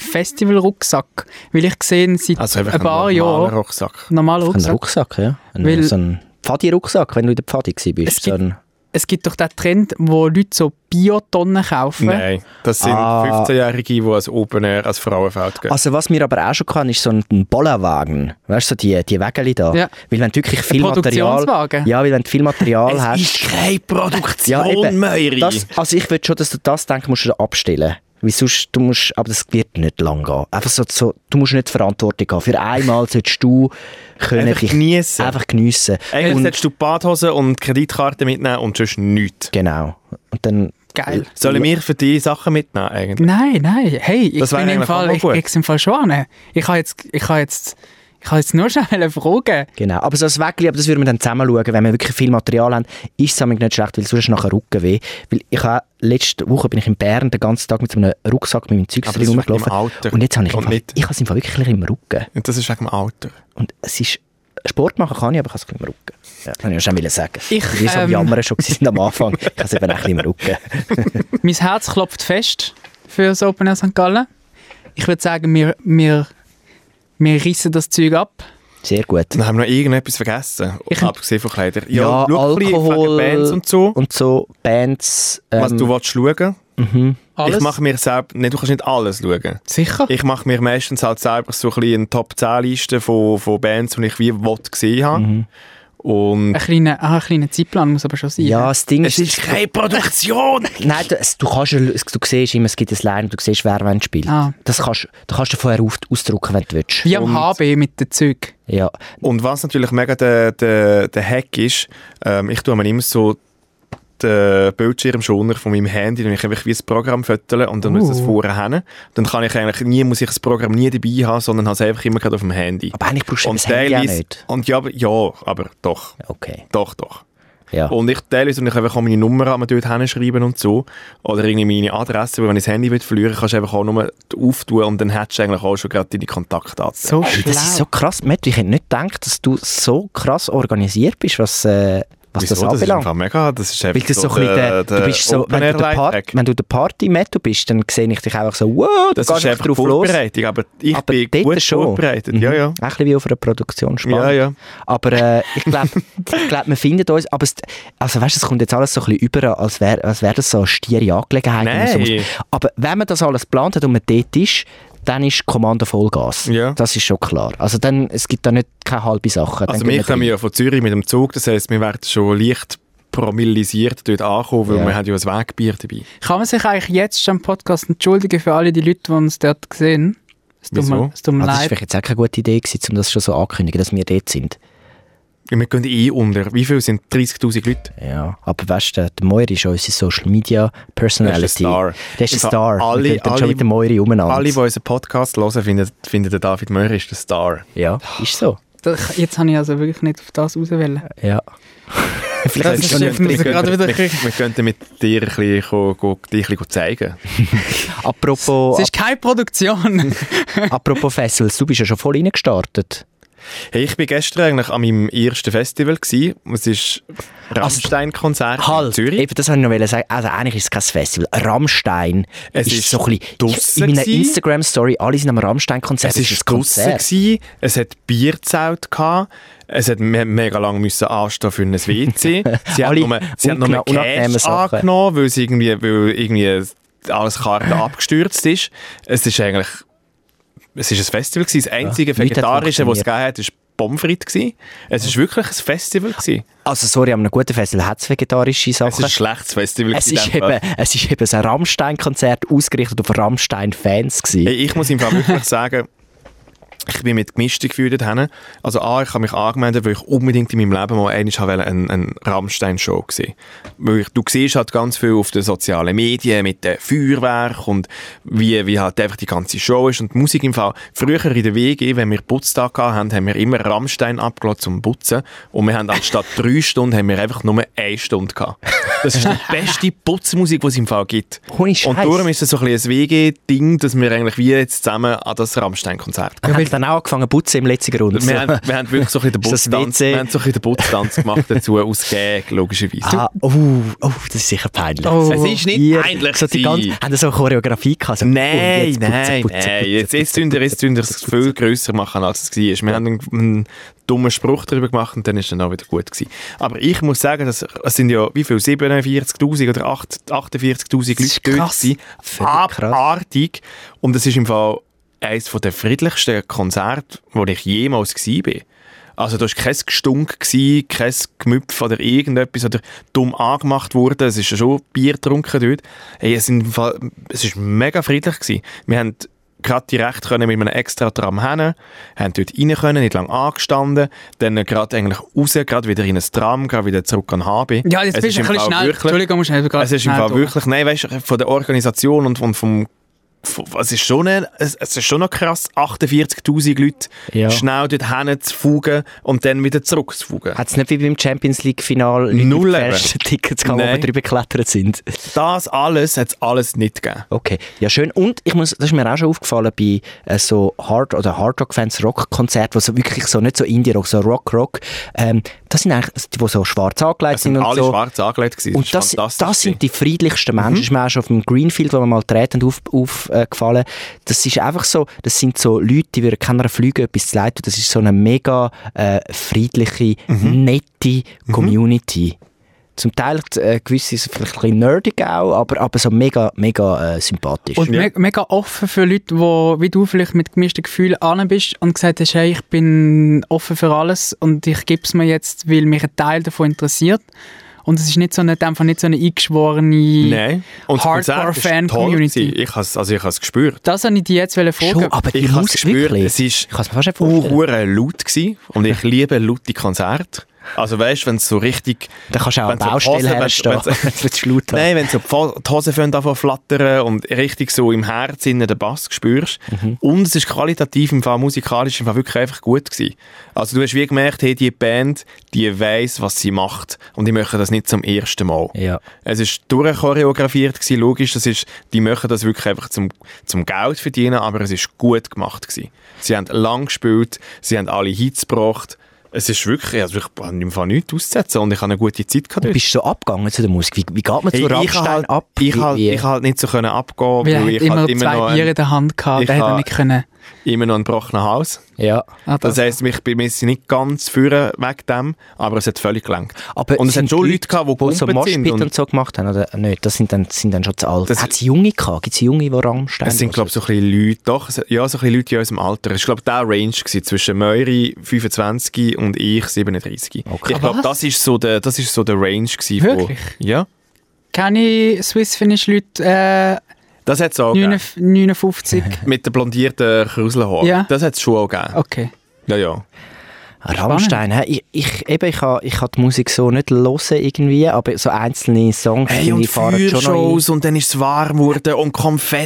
Festival-Rucksack? Weil ich gesehen seit
Also einfach
ein paar
einen normalen
Jahren.
Rucksack.
Normaler
Ein
Rucksack.
Rucksack, ja. Ein,
Weil-
so ein Pfadi-Rucksack, wenn du in der Pfadi
Es
warst. So
gibt-
ein,
Es gibt doch den Trend, wo Leute so Biotonnen kaufen.
Nein, das sind
Ah.
15-Jährige, die als Open Air als Frauenfeld gehen.
also was wir aber auch schon hatten, ist so ein Bollerwagen. Weißt du, so die, die Wägeli da.
Ja.
Weil wenn du wirklich viel Material...
Produktionswagen.
Ja, weil wenn du viel Material hast...
keine Produktion,
ja, eben,
Möri.
das, also ich würde schon, dass du das denkst, musst du abstellen. Weil sonst, du musst, aber das wird nicht lang gehen. Einfach so, so du musst nicht Verantwortung haben. Für einmal solltest du können
Einfach
dich
geniessen.
einfach geniessen.
Eigentlich
Und-
solltest du Badhosen und Kreditkarte mitnehmen und sonst nichts.
Genau. Und dann
Geil.
Sollen wir für die Sachen mitnehmen eigentlich?
Nein, nein. Hey, ich
Das wär
bin im
eigentlich auch
Fall,
mal
ich
gut.
krieg's im Fall schon an. Ich habe jetzt, ich habe jetzt, ich habe jetzt nur schnell eine Frage.
Genau, aber so ein Wägeli, aber das würden wir dann zusammen schauen, wenn wir wirklich viel Material haben, ist es manchmal nicht schlecht, weil sonst nachher Rücken weh. Weil ich habe, letzte Woche bin ich in Bern den ganzen Tag mit so einem Rucksack mit meinem Zeug
Aber
drin
das ist wegen
rumgelaufen.
dem Alter
Und jetzt habe ich,
und
im Fall,
nicht-
ich habe es im Fall wirklich im Rücken.
Und das ist wegen dem Alter.
Und es ist, Sport machen kann ich, aber ich habe es ein bisschen im Rücken. Ja, das wollte ich schon sagen.
Ich,
Ich war so am
ähm,
Jammern schon gewesen am Anfang. Ich habe es eben ein bisschen im Rücken.
Mein Herz klopft fest für das Open Air St. Gallen. Ich würde sagen, wir, wir, wir rissen das Zeug ab.
Sehr gut.
Dann haben wir noch irgendetwas vergessen,
Ich-
abgesehen von Kleidern.
Ja,
schau ein bisschen wegen
Alkohol-
Bands und so,
Und so Bands... Ähm,
was du willst schauen.
Alles?
Ich mache mir selbst, nein, du kannst nicht alles schauen.
Sicher?
Ich mache mir meistens halt selber so ein bisschen eine Top-10-Liste von, von Bands, die ich wie will gesehen habe.
Mhm.
Und
Ein kleiner, ah, ein kleiner Zeitplan muss aber schon sein. ne?
ja, das Ding
es ist keine Produktion!
Nein, du, es- du, kannst, ja- du siehst immer, es gibt ein Line, du siehst, wer wann spielt.
Ah.
Das kannst, da kannst du vorher auf, ausdrucken, wenn du willst.
Wie am HB mit den Zeug.
Ja.
Und was natürlich mega der, der, der Hack ist, ähm, ich tue mir immer so den Bildschirmschoner von meinem Handy, dann ich einfach wie ein Programm föteln und dann muss das
Oh.
Uh.
vorher hin. Dann kann ich eigentlich nie, muss ich das Programm nie dabei haben, sondern habe es einfach immer gerade auf dem Handy.
Aber eigentlich brauchst du das
der
Handy auch
liest-
nicht.
Und ja, aber, ja, aber doch,
Okay,
doch, doch.
ja.
Oh,
Und ich teilweise und ich einfach auch meine Nummer an dort hinschreiben und so. Oder irgendwie meine Adresse, weil wenn ich das Handy will verlieren kannst du einfach auch nur auftun und dann hättest du eigentlich auch schon gerade deine Kontaktdaten.
So
Hey,
schlau.
das ist so krass. Matt, ich hätte nicht gedacht, dass du so krass organisiert bist, was, äh, was
Wieso?
das
das ist
anbelangt.
einfach mega, das ist einfach
weil das so ein bisschen der, du bist so, wenn du, der Part, wenn du der Party Matto bist, dann sehe ich dich einfach so, wow, du
Das
gehst
ist
einfach
einfach
drauf los.
Vorbereitung, aber ich
Aber
bin
dort
gut
schon.
vorbereitet.
Mhm.
Ja, ja.
Ein bisschen wie auf einer Produktion spannend.
Ja, ja.
Aber äh, ich glaube, ich glaub, wir finden uns. Aber es, also, weißt, es kommt jetzt alles so ein bisschen über, als wäre als wär das so eine stiere Angelegenheit.
Nein.
Und so. Aber wenn man das alles geplant hat und man dort ist, dann ist Kommando Vollgas.
Ja.
Das ist schon klar. Also dann, es gibt da nicht keine halbe Sache. Dann
Also
gehen
wir
wir
kommen
rein.
ja von Zürich mit dem Zug, das heisst, wir werden schon leicht promillisiert dort ankommen, weil
Ja.
wir haben ja ein Wegbier dabei.
Kann man sich eigentlich jetzt schon im Podcast entschuldigen für alle die Leute, die uns dort sehen? Es tut
Wieso? Ah,
mir, es tut mir
Also das war
leid.
vielleicht jetzt auch keine gute Idee, gewesen, um das schon so anzukündigen, dass wir dort sind.
Wir gehen eh unter. Wie viel sind 30'000 Leute?
Ja. Aber weißt du, der Moiri ist unsere Social Media Personality.
Der ist ein Star.
Der ist ein
Also
Star.
alle-
wir gehen dann schon
alle-
mit dem Moiri umeinander.
Alle, die unseren Podcast hören, finden, finden den David Möhr ist der Star.
ja, ist so.
Das- Jetzt habe ich also wirklich nicht auf das auswählen.
Ja. Vielleicht
Das
ist
ist
schon
ja-
nicht.
dürfen wir
wir,
sie gerade wieder
wir,
kriegen.
wir könnten mit dir ein bisschen, go, go, dich ein bisschen zeigen.
Apropos,
Es ist keine Produktion.
apropos Festivals, du bist ja schon voll reingestartet.
Hey, ich war gestern eigentlich an meinem ersten Festival. Gewesen. Es ist Rammstein-Konzert in
Halt,
Zürich.
eben, das wollte ich noch sagen. Also eigentlich ist es kein Festival. Rammstein
Es
ist,
ist
so ein bisschen...
draussen
In meiner
gewesen.
Instagram-Story, alle sind am Rammstein-Konzert.
Es war draussen, gewesen, es hat Bierzelt, gehabt, es hat me mega lange müssen anstehen für ein WC. Sie hat
Alle
nur, sie hat nur
unangeneh- unangenehme
Cash
Sachen.
angenommen, weil sie irgendwie, weil irgendwie alles Karten abgestürzt ist. Es ist eigentlich, es ist ein Festival gewesen. Das einzige
nichts hat
Vegetarische, was es
funktioniert.
gegeben hat, ist Pommes frites gewesen. Es ist wirklich ein Festival gewesen.
Also sorry, an einem guten Festival hat es vegetarische
Es ist
Sachen.
ein schlechtes Festival
Es
gewesen,
ist,
in dem Fall.
eben, es ist eben ein Rammstein-Konzert ausgerichtet auf Rammstein-Fans. gewesen.
Hey, ich muss im Fall wirklich sagen, ich bin mit gemischten Gefühlen dahin. Also A, ich habe mich angemeldet, weil ich unbedingt in meinem Leben mal einmal habe wollte, eine, eine Rammstein-Show gesehen. Weil ich, du siehst halt ganz viel auf den sozialen Medien mit dem Feuerwerk und wie, wie halt einfach die ganze Show ist und die Musik im Fall. Früher in der WG, wenn wir Putztag hatten, haben wir immer Rammstein abgelassen zum Putzen und wir haben anstatt drei Stunden haben wir einfach nur eine Stunde gehabt. Das ist die beste Putzmusik, die es im Fall gibt.
Ohne
Und
Scheiß.
darum ist es so ein, bisschen ein WG-Ding, dass wir eigentlich wie jetzt zusammen an das Rammstein-Konzert gehen.
Wir haben dann auch angefangen zu putzen im letzten Grund.
Wir haben, wir haben wirklich so ein bisschen den
Ist das
Putztanz,
WC?
wir haben so ein bisschen den Putztanz gemacht dazu, aus Gag, logischerweise.
Ah, oh, oh, das ist sicher peinlich.
Oh.
Es ist nicht
Ihr-
peinlich
So die
gewesen.
ganze, haben ihr so eine Choreografie gehabt? So, und
Nein,
jetzt putzen,
nein,
putzen,
nein.
putzen,
Jetzt, jetzt tun wir jetzt tun wir es viel grösser machen, als es war. Wir haben einen, einen dummen Spruch darüber gemacht und dann ist es dann auch wieder gut gewesen. Aber ich muss sagen, dass, es sind ja wie viel, 47'000 oder 8 48'000
Das ist
Leute dort
krass.
gewesen.
Völlig krass.
Abartig. Und das ist im Fall eines der friedlichsten Konzerte, wo ich jemals war. Also da war kein Gestunk, gewesen, kein Gemüpf oder irgendetwas oder dumm angemacht worden. Es ist ja schon Bier getrunken dort. Hey, es, sind im Fall, es ist mega friedlich. Gewesen. Wir haben gerade direkt können mit einem extra Tram hin, haben dort rein können, nicht lange angestanden, dann gerade eigentlich raus, gerade wieder in ein Tram, gerade wieder zurück an HB.
Ja, jetzt
Es ist
bist du
im
ein bisschen
Fall
schnell.
wirklich-
Entschuldigung, musst du eben gerade
es ist im
schnell
Fall
durch.
wirklich, nein, weißt du, von der Organisation und von, vom, von, es ist schon, ein, es, es ist schon noch krass, 48'000 Leute
Ja.
schnell dort hinzufugen und dann wieder zurückzufugen.
Hat es nicht wie beim Champions League-Final Leute
Null
mit
eben.
gefälschten Tickets gehabt, wo wir
Nein.
drüber geklettert sind?
Das alles hat es alles nicht gegeben.
Okay, ja schön. Und ich muss, das ist mir auch schon aufgefallen bei äh, so Hard- oder Hard-Rock-Fans, Rock-Konzerten, wo so wirklich so, nicht so Indie-Rock, so Rock-Rock, ähm, das sind eigentlich, die, die so schwarz angelegt
Es sind
sind und
alle
so.
schwarz angelegt gewesen. Mhm.
Und das,
war fantastisch
das sind die friedlichsten Menschen. Das ist mir auch schon auf dem Greenfield, wo wir mal treten, aufgefallen. Auf, äh, gefallen. das ist einfach so, das sind so Leute, die würden keiner Flüge etwas zu leid tun. Das ist so eine mega äh, friedliche,
Mhm.
nette Community. Zum Teil äh, gewisse, so vielleicht ein bisschen nerdig auch, aber, aber so mega, mega äh, sympathisch.
Und me mega offen für Leute, wo, wie du vielleicht mit gemischten Gefühlen an bist und gesagt hast, hey, ich bin offen für alles und ich gebe es mir jetzt, weil mich ein Teil davon interessiert. Und es ist nicht so eine, einfach nicht so eine eingeschworene...
Nein. Und das Konzert ist
Hardcore-Fan-Community.
toll gewesen. Ich has, also ich habe es gespürt.
Das wollte ich dir jetzt fragen.
Schon, aber die
Ich habe es
Musik
gespürt.
wirklich.
Es ist
ich kann es mir fast nicht vorstellen.
hure laut gewesen. und ich liebe laute Konzerte. Also weißt, du, wenn es so richtig
Da kannst du auch
Wenn's
an der
so
Baustelle
Hose-
herstehen.
wenn's- wenn's-
Wenn's laut hat.
Nein, wenn so die Fa- die Hosen fangen an zu flattern und richtig so im Herz innen den Bass spürst. Und es ist qualitativ im Fall musikalisch im Fall wirklich einfach gut gewesen. Also du hast wie gemerkt, hey, die Band, die weiß, was sie macht und die machen das nicht zum ersten Mal.
Ja.
Es ist durchchoreografiert gewesen, logisch. Das ist, die machen das wirklich einfach zum, zum Geld verdienen, aber es ist gut gemacht gewesen. Sie haben lang gespielt, sie haben alle Hits gebracht. Es ist wirklich, also ich habe im Fall nichts auszusetzen und ich habe eine gute Zeit gehabt.
Du bist so abgegangen zu der Musik. Wie, wie geht man zu
Hey, ich
Rammstein
halt,
ab?
Ich
Wie-
halt,
wie-
ich halt nicht so können abgehen,
Weil er
weil ich
hat immer,
halt immer
zwei
noch,
Bier
ein,
in der Hand
ich
gehabt, der hat
ha-
noch nicht können.
immer noch ein gebrochenes Haus.
ja.
Ah,
Das
das-
heisst, mich bei mir sind nicht ganz führen wegen dem, aber es hat völlig gelangt.
Aber
und es
sind
hat schon Leute gehabt, die
die so
gepumpt sind.
Moshpit und,
Und
so gemacht haben, oder nicht? Das sind dann, sind dann schon zu alt.
Das-
Hat es Junge gehabt? Gibt es Junge, die Rammstein
es sind, glaube ich, so ein bisschen Leute, doch, es, ja, so ein bisschen Leute in unserem Alter. Es war, glaube ich, der Range gewesen, zwischen Möri, 25 und ich, 37.
Okay.
Ich glaube,
Was?
das ist so der, das ist so der Range gewesen. von-
Wirklich?
Ja.
Keine Swiss-Finnish-Leute äh,
Das hat es auch gegeben.
59 59.
Mit den blondierten Kruselhaaren.
Ja. Oh.
Das hat es schon auch gegeben.
Okay.
Ja, ja.
Rammstein, hä? ich, ich, eben, ich kann, ich kann die Musik so nicht hören irgendwie, aber so einzelne Songs
Hey,
finde
und
ich, fahren schon noch ein.
Feuershows und dann ist es warm geworden und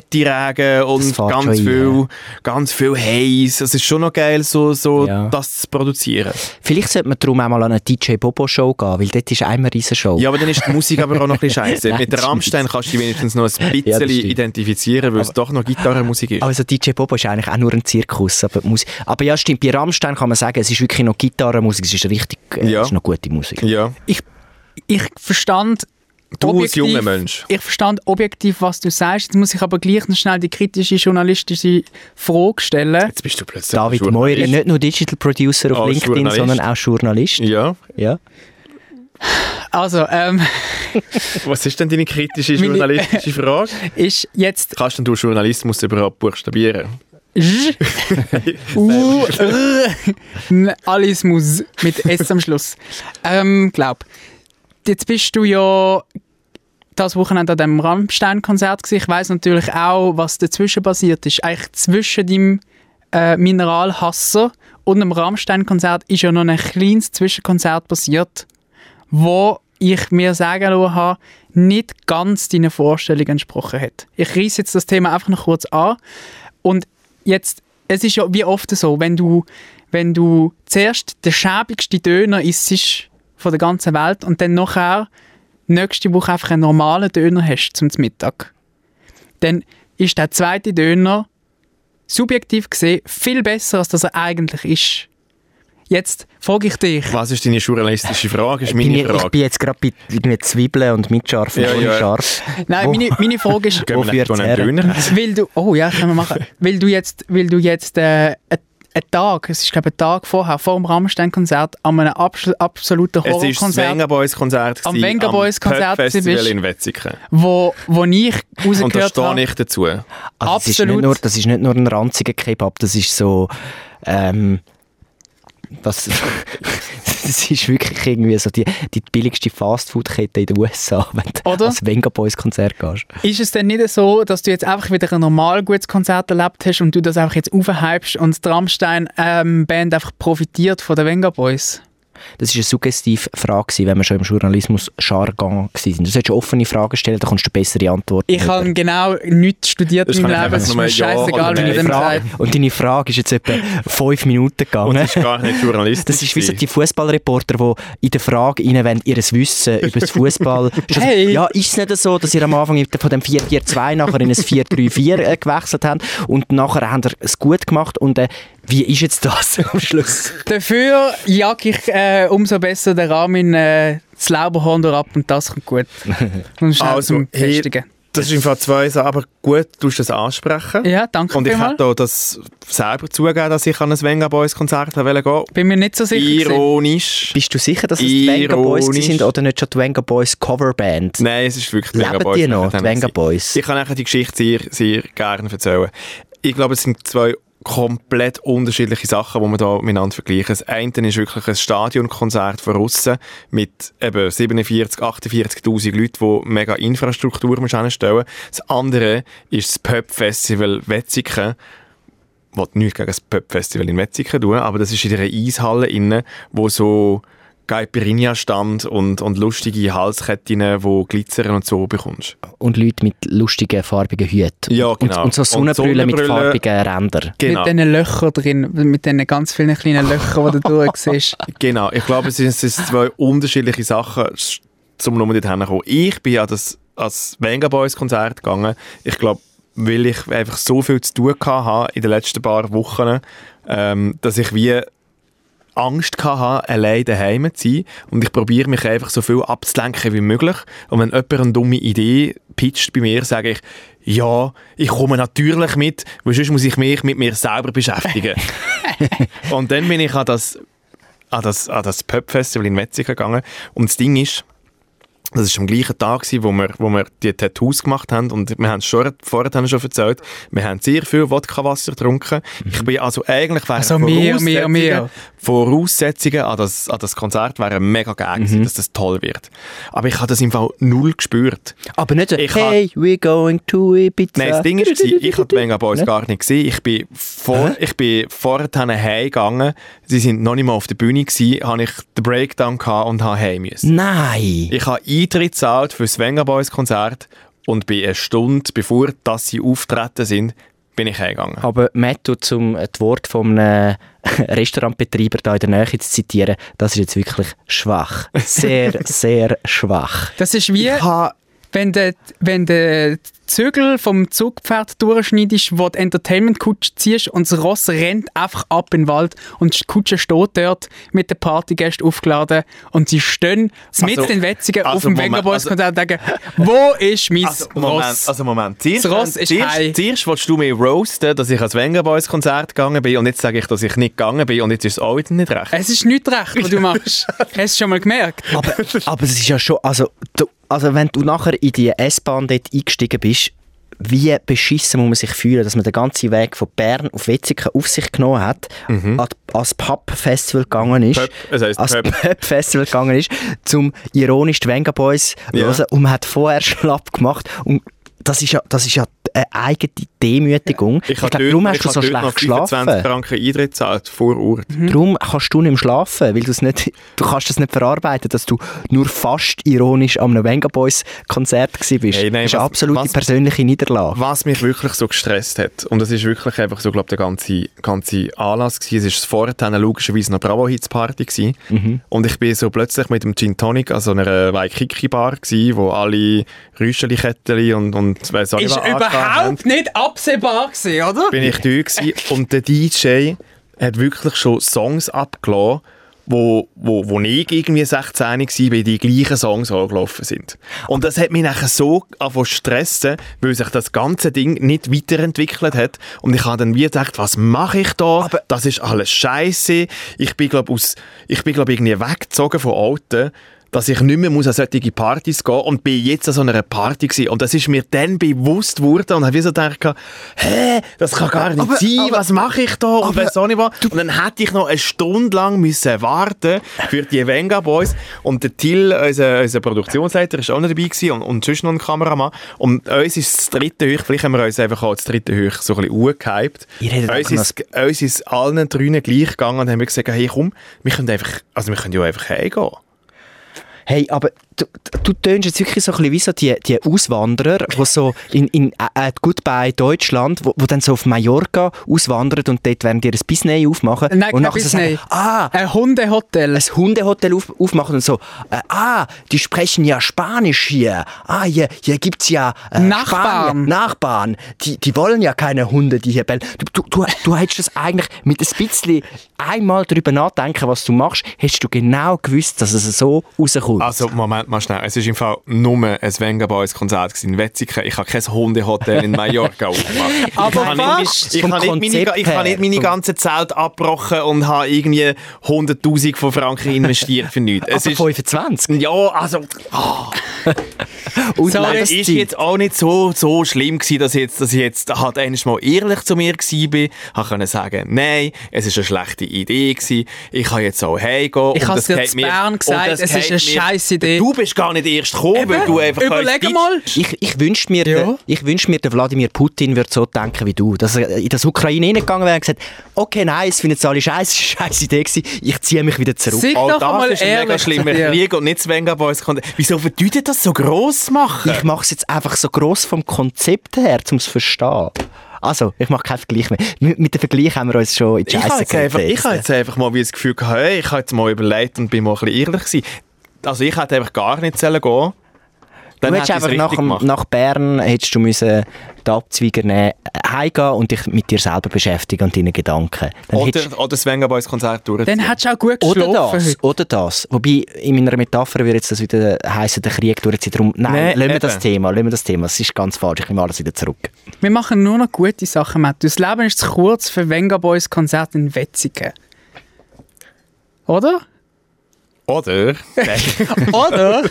Konfettiregen und
fährt schon ein,
ganz viel, ganz viel Haze. Es ist schon noch geil, so, so
Ja.
das zu produzieren.
Vielleicht sollte man darum auch mal an eine DJ Bobo Show gehen, weil dort ist einmal riesen Show.
Ja, aber dann ist die Musik aber auch noch ein bisschen scheiße.
Nein,
Mit
das
Rammstein kannst du dich wenigstens noch ein
Ja,
bisschen
das stimmt.
identifizieren, weil es doch noch Gitarrenmusik ist.
Also DJ Bobo ist eigentlich auch nur ein Zirkus, aber, die Musik. aber ja stimmt, bei Rammstein kann man sagen, es ist wirklich noch Gitarrenmusik, es ist richtig, äh,
Ja.
es ist noch gute Musik.
Ja.
Ich verstand
Du als
objektiv-
junger Mensch.
Ich verstand objektiv, was du sagst. Jetzt muss ich aber gleich noch schnell die kritische journalistische Frage stellen.
Jetzt bist du plötzlich
David
Journalist.
Moiri, nicht nur Digital Producer auf
Als
LinkedIn,
Journalist.
sondern auch Journalist.
Ja.
Ja.
Also, ähm,
Was ist denn deine kritische
Meine-
journalistische Frage?
ist jetzt
Kannst denn du Journalismus überhaupt buchstabieren?
J, U, R, N, alles muss mit S am Schluss. Ähm, glaub. Jetzt bist du ja das Wochenende an dem Rammstein-Konzert gewesen. Ich weiß natürlich auch, was dazwischen passiert ist. Eigentlich zwischen dem äh, Mineralhasser und dem Rammstein-Konzert ist ja noch ein kleines Zwischenkonzert passiert, wo ich mir sagen lassen habe, nicht ganz deiner Vorstellung entsprochen hat. Ich reiße jetzt das Thema einfach noch kurz an. Und jetzt, es ist ja wie oft so, wenn du, wenn du zuerst den schäbigsten Döner isst von der ganzen Welt und dann nachher nächste Woche einfach einen normalen Döner hast zum Mittag, dann ist der zweite Döner subjektiv gesehen viel besser, als dass er eigentlich ist. Jetzt frage ich dich,
Was ist deine journalistische Frage? Ist
Äh, Bin
meine
ich, ich
Frage.
bin jetzt gerade bei irgendwie Zwiebeln und mit Scharf und
Ja,
ohne
ja.
Scharf.
nein,
Wo-
meine, meine Frage ist,
Gehen wir
Wo
nicht
führt's
an einen
her?
Döner?
Weil du, oh ja, können wir machen. weil du jetzt, weil du jetzt äh, einen Tag, es ist glaube ich ein Tag vorher, vor dem Rammstein-Konzert, an einem abs absoluten
Es ist das
Horrorkonzert,
Wengerboys-Konzert.
Am
gewesen,
Wengerboys-Konzert
am
gewesen
Festival
bist.
in Wetzikon.
wo, wo ich
Und da
rausgehört
stehe
habe.
ich dazu.
Also das ist, nicht
Absolut.
nur, das ist nicht nur ein ranziger Kebab, das ist so. Ähm, was, das ist wirklich irgendwie so die, die billigste Fastfood-Kette in den USA, wenn du
Oder?
als Venga Boys Konzert gehst.
Ist es denn nicht so, dass du jetzt einfach wieder ein normal gutes Konzert erlebt hast und du das einfach jetzt aufhypst und die Rammstein-Band einfach profitiert von den Venga Boys?
Das ist eine suggestive Frage, gewesen, wenn wir schon im Journalismus Jargon waren. Du solltest offene Fragen stellen, da kommst du bessere Antworten.
Ich habe genau nichts studiert
Das
in meinem
kann ich
Leben, es
einfach
ist
nur
mir
Ja oder
scheißegal, wie
Nein
ich dem
Frage,
sage.
und deine Frage ist jetzt etwa fünf Minuten gegangen.
Und das ist gar nicht journalistisch.
Das ist wie so
gewesen.
die Fußballreporter, die in der Frage wollen, ihr Wissen über das Fußball. schon so-
Hey!
Ja, ist es nicht so, dass ihr am Anfang von dem 4-4-2 nachher in ein 4-3-4 äh, gewechselt habt und nachher habt ihr es gut gemacht und äh, wie ist jetzt das am Schluss?
Dafür jag ich äh, umso besser den Rahmen äh, das Lauberhorn durch ab und das kommt gut. Und schnell
Also,
zum
hier-
Festigen.
Das ist im Fall zwei Sachen, aber gut, du hast das ansprechen.
Ja, danke
Und ich
vielmals.
hätte auch das selber zugeben, dass ich an ein Wengerboys-Konzert wollte gehen
Bin mir nicht so sicher. gewesen.
Ironisch.
Bist du sicher, dass es die Venga Boys gewesen sind
Ironisch.
oder nicht schon die Venga Boys Coverband?
Nein, es ist wirklich die Venga
Leben
Boys.
die noch, die
Dann
Venga
sie-
Boys?
Ich kann nachher die Geschichte sehr, sehr gerne erzählen. Ich glaube, es sind zwei komplett unterschiedliche Sachen, die man da miteinander vergleichen. Das eine ist wirklich ein Stadionkonzert von Russen mit eben 47, 48'000 Leuten, die mega Infrastruktur musst anstellen Das andere ist das Pöpp-Festival Wetzikon. Ich will nichts gegen das Pöpp-Festival in Wetzikon tun, aber das ist in einer Eishalle innen, wo so Caipirinha stand und, und lustige Halsketten, die glitzern und so bekommst.
Und Leute mit lustigen, farbigen Hüten.
Ja,
Und,
genau.
und so
Und
Sonnenbrille mit
Sonnenbrille-
farbigen Rändern.
Genau,
Mit diesen Löchern drin, mit diesen ganz vielen kleinen Löchern, die du durch siehst.
genau. Ich glaube, es sind, es sind zwei unterschiedliche Sachen, s- zum nur dorthin zu kommen. Ich bin an das als Venga Boys Konzert gegangen. Ich glaube, weil ich einfach so viel zu tun hatte in den letzten paar Wochen, ähm, dass ich wie Angst hatte, allein daheim zu sein. Und ich probiere mich einfach so viel abzulenken wie möglich. Und wenn jemand eine dumme Idee pitcht bei mir, sage ich, ja, ich komme natürlich mit, weil sonst muss ich mich mit mir selber beschäftigen. und dann bin ich an das, an das, an das Pub-Festival in Wetzikon gegangen. Und das Ding ist, Das war am gleichen Tag, gewesen, wo wir, wo wir die Tattoos gemacht haben. Und wir haben es schon, vorher haben wir schon erzählt, wir haben sehr viel Wodkawasser getrunken. Ich bin also eigentlich wären
Also wir, wir, wir.
Voraussetzungen an das, an das Konzert wären mega geil gewesen, dass das toll wird. Aber ich habe das im Fall null gespürt.
Aber nicht so,
Ich hab-
hey, we're going to Ibiza.
Nein, das Ding ist, gewesen, ich habe die Mega Boys gar nicht gesehen. Ich bin, vor, ich bin vorher heimgegangen. Sie sind noch nicht mal auf der Bühne gewesen, habe ich den Breakdown gehabt und habe heim
Hm.
müssen.
Nein.
Ich habe Eintritt gezahlt für das Venga Boys Konzert und bin eine Stunde bevor dass sie auftreten sind, bin ich heimgegangen.
Aber Matt, du zum äh, das Wort vom äh, Restaurantbetreiber da in der Nähe zu zitieren, das ist jetzt wirklich schwach. Sehr, sehr schwach.
Das ist wie,
Ich habe
wenn du wenn de Zügel vom Zugpferd durchschneidest, wo die Entertainment-Kutsche ziehst und das Ross rennt einfach ab in den Wald und die Kutsche steht dort mit den Partygästen aufgeladen und sie stehen
Also-
mit den Wetzigen
also
auf dem
Moment,
Vengaboys
also-
und sagen, wo ist mein
also, Moment,
Ross?
also Moment. Zuerst,
Das Ross ist heim.
zuerst, zuerst willst du mich roasten, dass ich ans Venga Boys Konzert gegangen bin und jetzt sage ich, dass ich nicht gegangen bin und jetzt ist es auch wieder nicht recht.
es ist nicht recht, was du machst. Hast du es schon mal gemerkt?
Aber, aber es ist ja schon, also, du, also wenn du nachher in die S-Bahn dort eingestiegen bist, wie beschissen muss man sich fühlen, dass man den ganzen Weg von Bern auf Wetzikon auf sich genommen hat, an die- ans Pub-Festival gegangen ist,
Mhm. Pub, es heisst
ans
Pub.
Pub-Festival gegangen ist, zum ironisch die Venga Boys
Ja.
hören und man hat vorher schlapp gemacht und das ist ja, das ist ja eine eigene Demütigung. Ich,
habe
glaube,
dort-
darum hast du
habe
so
dort
schlecht
noch 25
geschlafen.
Franken Eintritt gezahlt vor Ort.
Darum kannst du nicht mehr schlafen, weil du's nicht, du kannst das nicht verarbeiten, dass du nur fast ironisch am Venga Boys Konzert gewesen bist.
Hey, nein,
das ist eine
was-
absolute
was-
persönliche Niederlage.
Was mich wirklich so gestresst hat, und das ist wirklich einfach so, glaube der ganze, ganze Anlass gewesen. Es ist vorher logischerweise eine Bravo-Hits-Party gewesen.
Mhm.
Und ich bin so plötzlich mit dem Gin Tonic an so einer Waikiki-Bar gewesen, wo alle Rüscheli-Ketteli und, und weiss auch nicht
Ist
was angehabt haben.
überhaupt nicht absehbar gewesen, oder?
Bin ich da gewesen. Und der DJ hat wirklich schon Songs abgelassen, wo, wo, wo ich irgendwie 16 war, bei die gleichen Songs angelaufen sind. Und das hat mich nachher so angefangen zu stressen, weil sich das ganze Ding nicht weiterentwickelt hat. Und ich habe dann wie gedacht, was mache ich da? das ist alles scheiße. Ich bin, glaube ich, bin, glaub, irgendwie weggezogen von Alten dass ich nicht mehr muss an solche Partys gehen und bin jetzt an so einer Party gewesen. Und das ist mir dann bewusst geworden und habe wie so gedacht, hä, das kann gar nicht sein, was mache ich da und weiss auch nicht was. Und dann hätte ich noch eine Stunde lang müssen warten für die Venga Boys und der Till, unser, unser Produktionsleiter, ist auch noch dabei gewesen und, und sonst noch ein Kameramann. Und uns ist das dritte Höch, vielleicht haben wir uns einfach auch das dritte Höch so ein bisschen angehypt.
Ihr hättet
Uns
auch noch
ist uns ist allen drüne gleich gegangen und haben gesagt, hey komm, wir können einfach, also wir können ja einfach heimgehen.
Hey, aber du, du tönst jetzt wirklich so ein bisschen wie so die, die Auswanderer, die so in, in äh, äh, Goodbye Deutschland, wo, wo dann so auf Mallorca auswandern und dort werden dir ein Disney aufmachen
Nein,
und
kein
nachher so
Bisney.
sagen, ah,
Ein Hundehotel.
ein Hundehotel auf, aufmachen und so, äh, ah, die sprechen ja Spanisch hier. Ah, hier, hier gibt's ja äh,
Nachbarn.
Spanier- Nachbarn. Die, die wollen ja keine Hunde, die hier bellen. Du, du, du, du hättest das eigentlich mit ein bisschen einmal darüber nachdenken, was du machst, hättest du genau gewusst, dass es so rauskommt.
Also, Moment mal schnell. Es war im Fall nur ein Venga Boys Konzert gewesen in Wetzikon. Ich habe kein Hundehotel in Mallorca aufgemacht.
Aber
ich habe nicht,
was?
mein- ich
Vom
habe nicht,
Konzept
meine, ich habe nicht meine
her.
ganze Zelt abgebrochen und habe irgendwie 100'000 von Franken investiert für nichts. Es
Aber
ist,
25.
ja, also,
Und
Sorry, es ist jetzt auch nicht so, so schlimm gewesen, dass ich jetzt, dass ich jetzt halt eines Mal ehrlich zu mir gewesen bin, habe können sagen, nein, es ist eine schlechte Idee gewesen, ich kann jetzt auch heimgehen.
Ich
und
habe
das
es dir
geht
zu
mir-
Bern
und
gesagt,
das
es ist
geht
eine
mir-
scheiss Idee.
Du bist gar nicht erst gekommen, weil du einfach...
Überleg
kein
mal.
Ich, ich wünschte mir, der, ich wünsch mir, der Wladimir Putin würde so denken wie du. Dass er in das Ukraine hingegangen wäre und gesagt okay, nein, es findet jetzt alle scheiße, scheiße Idee gewesen, ich ziehe mich wieder zurück.
Sei
Auch
doch
das
einmal
ist ein mega
ehrlich zu
schlimmer
dir.
Krieg und nicht Svenga Boys Konzert. Wieso bedeutet das so gross machen?
Ich mache es jetzt einfach so gross vom Konzept her, um es zu verstehen. Also, ich mache keinen Vergleich mehr. Mit, mit dem Vergleich haben wir uns schon in die
Ich habe
Scheiße
jetzt, einfach, ich habe jetzt einfach mal wie das Gefühl gehabt, hey, ich habe jetzt mal überlegt und bin mal ein bisschen ehrlich gewesen. Also ich hätte einfach gar nicht sollen gehen. Dann
Du
hätte
hättest
ich es
einfach
richtig
nach, dem-
gemacht.
nach Bern hättest du müssen den Abzweiger nehmen, äh, heimgehen und dich mit dir selber beschäftigen und deinen Gedanken. Dann hättest-
Oder, oder Svenga Boys Konzert durchziehen.
Dann hättest du auch gut
Oder
geschlafen
das,
heute.
oder das. Wobei, in meiner Metapher würde jetzt das wieder heißen, der Krieg durchzieht. Darum, nein,
Nein,
lassen wir
eben.
das Thema, lassen wir das Thema. Es ist ganz falsch, ich nehme alles wieder zurück.
Wir machen nur noch gute Sachen, Matt. Das Leben ist zu kurz für Venga Boys Konzert in Wetzikon. Oder?
Oder?
Oder?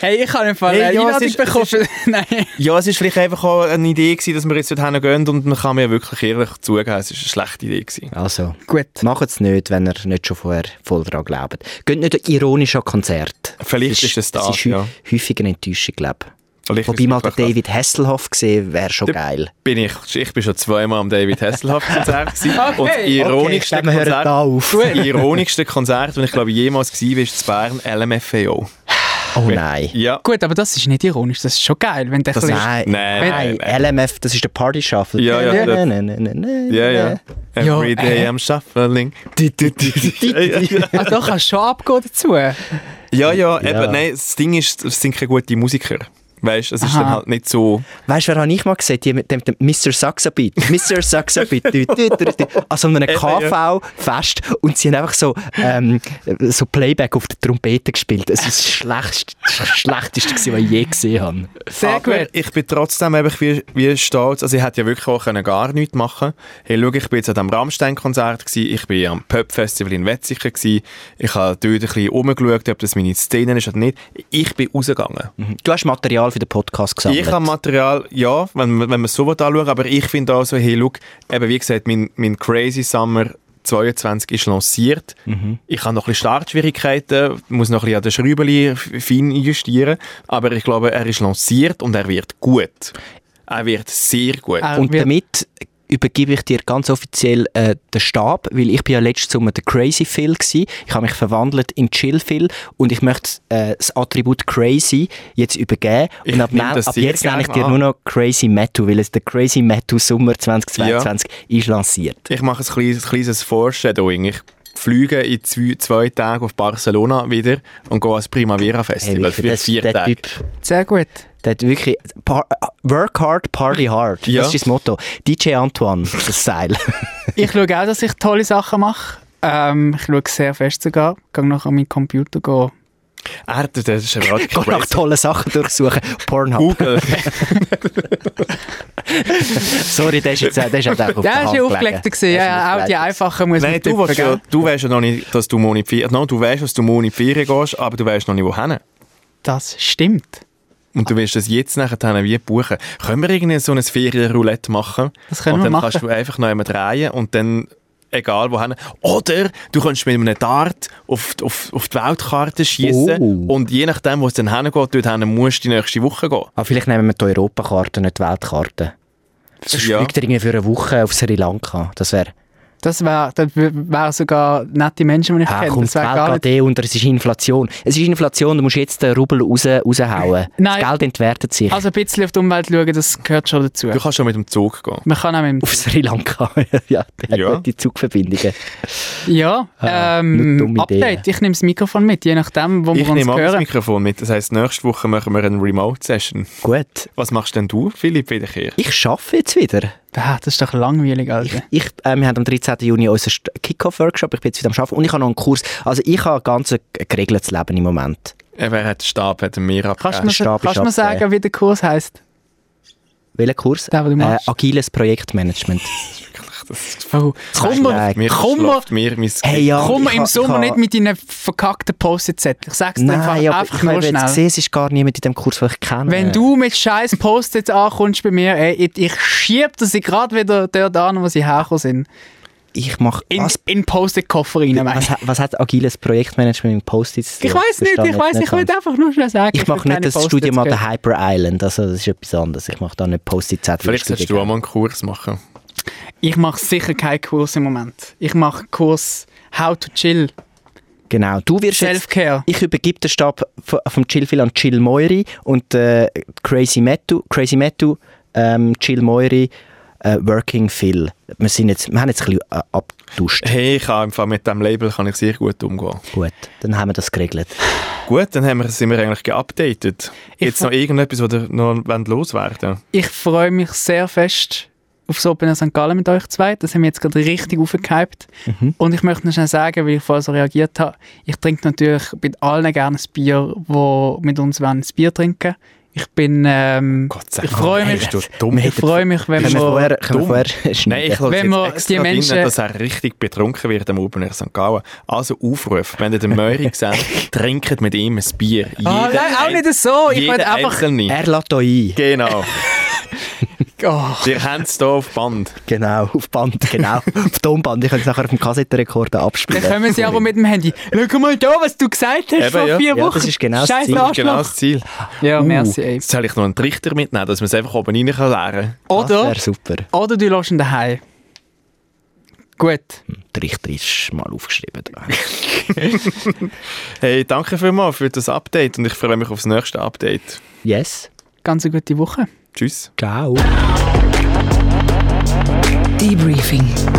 hey, ich habe im Fall
Hey,
eine
ja, es
Einladung
ist-
bekommen. für- Nein.
ja, es war vielleicht einfach auch eine Idee, gewesen, dass wir jetzt dort hingehen und man kann mir wirklich ehrlich zugeben, es war eine schlechte Idee. Gewesen.
Also,
Gut.
macht es nicht, wenn ihr nicht schon vorher voll daran glaubt. Geht nicht ironisch an Konzerte.
Vielleicht ist es das,
Es ist hü-
ja.
häufig eine Enttäuschung, glaube ich.
Vielleicht
Wobei
ist
mal
es
den
einfach das.
David Hasselhoff gesehen wäre schon
Der-
geil.
Bin ich, ich bin schon zweimal am David Hasselhoff-Konzert gewesen.
Okay.
Und das ironischste
Okay, ich glaube, wir hören
Konzert,
da auf.
das ironischste Konzert, das ich glaube jemals gesehen war, ist in Bern LMFAO.
Oh nein.
Ja.
Gut, aber das ist nicht ironisch, das ist schon geil, wenn der
Das
ein bisschen-
Nein.
Nein,
Nein, LMF, das ist der Party Shuffle.
Ja, ja, das-
nein, nein, nein, nein.
Ja, ja.
Äh, Ja,
Every day I'm shuffling. Ja, ja.
Ah, da kannst du schon abgehen dazu. Äh,
Ja, ja,
Ja.
eben, nein, das Ding ist, es sind keine guten Musiker. Weißt du, es ist
Aha.
dann halt nicht so.
Weißt du, wer habe ich mal gesehen? Die mit dem, dem Mr. Saxabeat. Mr. Saxabeat. Du, du, du, du. Also an einem KV-Fest und sie haben einfach so, ähm, so Playback auf der Trompete gespielt. Es war das schlechteste, schlechteste, gewesen, was ich je gesehen habe.
Sehr
Aber
gut.
ich bin trotzdem eben wie, wie stolz. Also, ich hätte ja wirklich auch können gar nichts machen Hey, schau, ich bin jetzt an dem Rammstein-Konzert, gewesen, ich bin am Pöpp-Festival in Wetzikon, gewesen, ich habe dort ein bisschen rumgeschaut, ob das meine Szene ist oder nicht. Ich bin rausgegangen.
Du hast Material für den Podcast gesammelt.
Ich habe Material, ja, wenn, man- wenn man so anschaut, aber ich finde auch so, hey, look, eben wie gesagt, mein, mein Crazy Summer 22 ist lanciert.
Mhm.
Ich habe noch ein bisschen Startschwierigkeiten, muss noch ein bisschen an den Schrauben fein justieren, aber ich glaube, er ist lanciert und er wird gut. Er wird sehr gut.
Er
Und
wird-
damit übergebe ich dir ganz offiziell äh, den Stab, weil ich bin ja letztes Sommer der Crazy Phil gsi. Ich habe mich verwandelt in Chill Phil und ich möchte äh, das Attribut Crazy jetzt übergeben
Ich
und ab,
nehme
na-
das
ab
sehr
jetzt nenne ich
gerne
dir
an.
nur noch Crazy Mattu, weil es der Crazy Mattu Sommer 2022 ist lanciert.
Ich mache ein kleines, kleines Foreshadowing. Ich fliege in zwei, zwei Tagen auf Barcelona wieder und gehe ans Primavera
Hey,
Festival für
das-
vier
der
Tage.
Typ,
Sehr gut.
der hat wirklich par Work hard, party hard.
Ja.
Das ist das Motto. DJ Antoine, das Seil.
Ich schaue auch, dass ich tolle Sachen mache. Ähm, ich schaue sehr fest sogar. Ich gehe noch an meinen Computer gehen.
Er, das ist ein
Geh nach tollen Sachen durchsuchen. Pornhub.
Google.
Sorry, der ist jetzt der ist halt auch auf
Der
der Hand
war ja
gelegen.
aufgelegt. gewesen.
Der ist
Ja, ja, auch die
aufgelegt.
einfachen muss
Nein,
man
du,
tippen,
willst ja,
gell?
du weißt ja noch nicht, dass du morgen in die Ferien... No, du weißt, dass du morgen in die Ferien gehst, aber du weißt noch nicht, wohin.
Das stimmt.
Und du wirst das jetzt nachher wie buchen. Können wir irgendwie so ein Ferienroulette machen?
Das können
und
wir
dann
machen.
kannst du einfach noch einmal drehen und dann... Egal wohin. Oder du kannst mit einem Dart auf, die- auf, auf die Weltkarte schießen
Oh.
und je nachdem, wo es dann hingeht, dort hin musst du die nächste Woche gehen.
Aber vielleicht nehmen wir die Europakarte, nicht die Weltkarte. Sonst
Ja.
fliegt er irgendwie für eine Woche auf Sri Lanka. Das wäre...
Das wären das wär wären sogar nette Menschen, die ich
Ah,
kenne.
kommt
Das
die
wäre gar
Welt
nicht.
geht eh unter, es ist Inflation. Es ist Inflation, du musst jetzt den Rubel raus, raushauen.
Nein.
Das Geld entwertet sich.
Also ein bisschen auf die Umwelt schauen, das gehört schon dazu.
Du kannst schon mit dem Zug gehen.
Man kann auch mit
auf Sri Lanka. ja, der hat
Ja.
gute Zugverbindungen.
dem... Ja,
nicht
ähm,
dumme
Update. Ich nehme das Mikrofon mit, je nachdem, wo
Ich
wir uns
nehme auch das
hören.
Mikrofon mit. Das heisst, nächste Woche machen wir eine Remote-Session.
Gut.
Was machst denn du, Philipp, wieder hier?
Ich arbeite jetzt wieder.
Ah, das ist doch langweilig, Alter.
Ich, äh, wir haben am 13. Juni unseren St- Kick-Off-Workshop. Ich bin jetzt wieder am Arbeiten und ich habe noch einen Kurs. Also ich habe ganz ein geregeltes Leben im Moment.
Äh, Wer hat den Stab, hat er mir äh,
Kannst
abgegeben.
du mir,
Stab ist
kannst du mir
abgegeben.
sagen, wie der Kurs heisst?
Welchen Kurs? Äh,
Den, den du machst.
agiles Projektmanagement.
Oh, komm mal,
schräg.
Mir
komm mal,
schläft mir mein
Hey, ja,
komm mal
ich
im
ha-
Sommer
ha-
nicht mit deinen verkackten Post-it-Zetteln. Ich sag's dir einfach,
Nein, aber
einfach
ich
nur
habe jetzt
schnell.
gesehen, es ist gar niemand in dem Kurs, den ich kenne.
Wenn du mit scheiß Post-its ankommst bei mir, ey, ich, ich schieb das gerade wieder dort an, wo sie hergekommen sind.
Ich mache...
In,
Was,
in Post-it-Koffer rein,
was,
meinst du?
hat- was hat agiles Projektmanagement mit Post-its zu
Ich
tun?
weiß nicht,
verstehe
ich weiß, ich
ganz.
wollte einfach nur schnell sagen.
Ich mache
will
nicht
keine
das
Post-its
Studium an
gehört.
der Hyper Island, also das ist etwas anderes. Ich mache da nicht Post-it-Zettel.
Vielleicht solltest du auch mal einen Kurs machen.
Ich mache sicher keinen Kurs im Moment. Ich mache Kurs How to Chill,
Genau, du wirst jetzt...
Self-Care.
Ich übergebe den Stab v- vom Chill Phil an Chill Moiri und äh, Crazy Metu, Crazy Metu, ähm, Chill Moiri, äh, Working Phil. Wir, sind jetzt, wir haben jetzt ein bisschen äh, abgeduscht.
Hey, ich kann einfach mit dem Label kann ich sehr gut umgehen.
Gut, dann haben wir das geregelt.
Gut, dann haben wir, sind wir eigentlich geupdatet.
Ich
Jetzt noch irgendetwas, was ihr noch wollt loswerden wollt?
Ich freue mich sehr fest aufs Open Air St. Gallen mit euch zwei. Das haben wir jetzt gerade richtig aufgehypt.
Mhm.
Und ich möchte noch schnell sagen, weil ich vorher so reagiert habe, ich trinke natürlich mit allen gerne ein Bier, wo mit uns wollen ein Bier trinken. Ich bin. Ähm,
Gott sei
ich freue
Dank,
mich.
bist du dumm.
Ich freue mich, wenn
Können wir
wir.
vorher,
dumm.
können wir vorher schneiden?
Nein, ich lasse jetzt
Wenn wir
extra
die Menschen-
drin, dass er richtig betrunken wird am Open Air St. Gallen. Also Aufruf, wenn ihr den Möri seht, trinkt mit ihm ein Bier.
Ah, nein, auch nicht so. Ich
jeder
wollte einfach.
Einzelne.
er lädt hier ein.
Genau.
Oh.
Ihr habt es hier auf Band.
Genau, auf Band, genau. auf Tonband. Ich könnte es nachher auf dem Kassettenrekorder abspielen.
Dann kommen sie aber mit dem Handy. Schau mal da, was du gesagt hast
Eben,
vor
ja.
vier
Ja,
Wochen.
das ist genau das Uh.
Scheiß
Ziel.
Das ist genau
Arschloch.
das Ziel.
Ja, merci. Ey.
Jetzt soll ich noch einen Trichter Nou, mitnehmen, dass man es einfach oben rein kann leeren
Das
Oder,
wäre super.
oder du lässt ihn daheim. Gut.
Der Richter ist mal aufgeschrieben. Da.
Hey, danke vielmals für das Update und ich freue mich aufs nächste Update.
Yes.
Ganz eine gute Woche.
Tschüss.
Ciao.
Debriefing.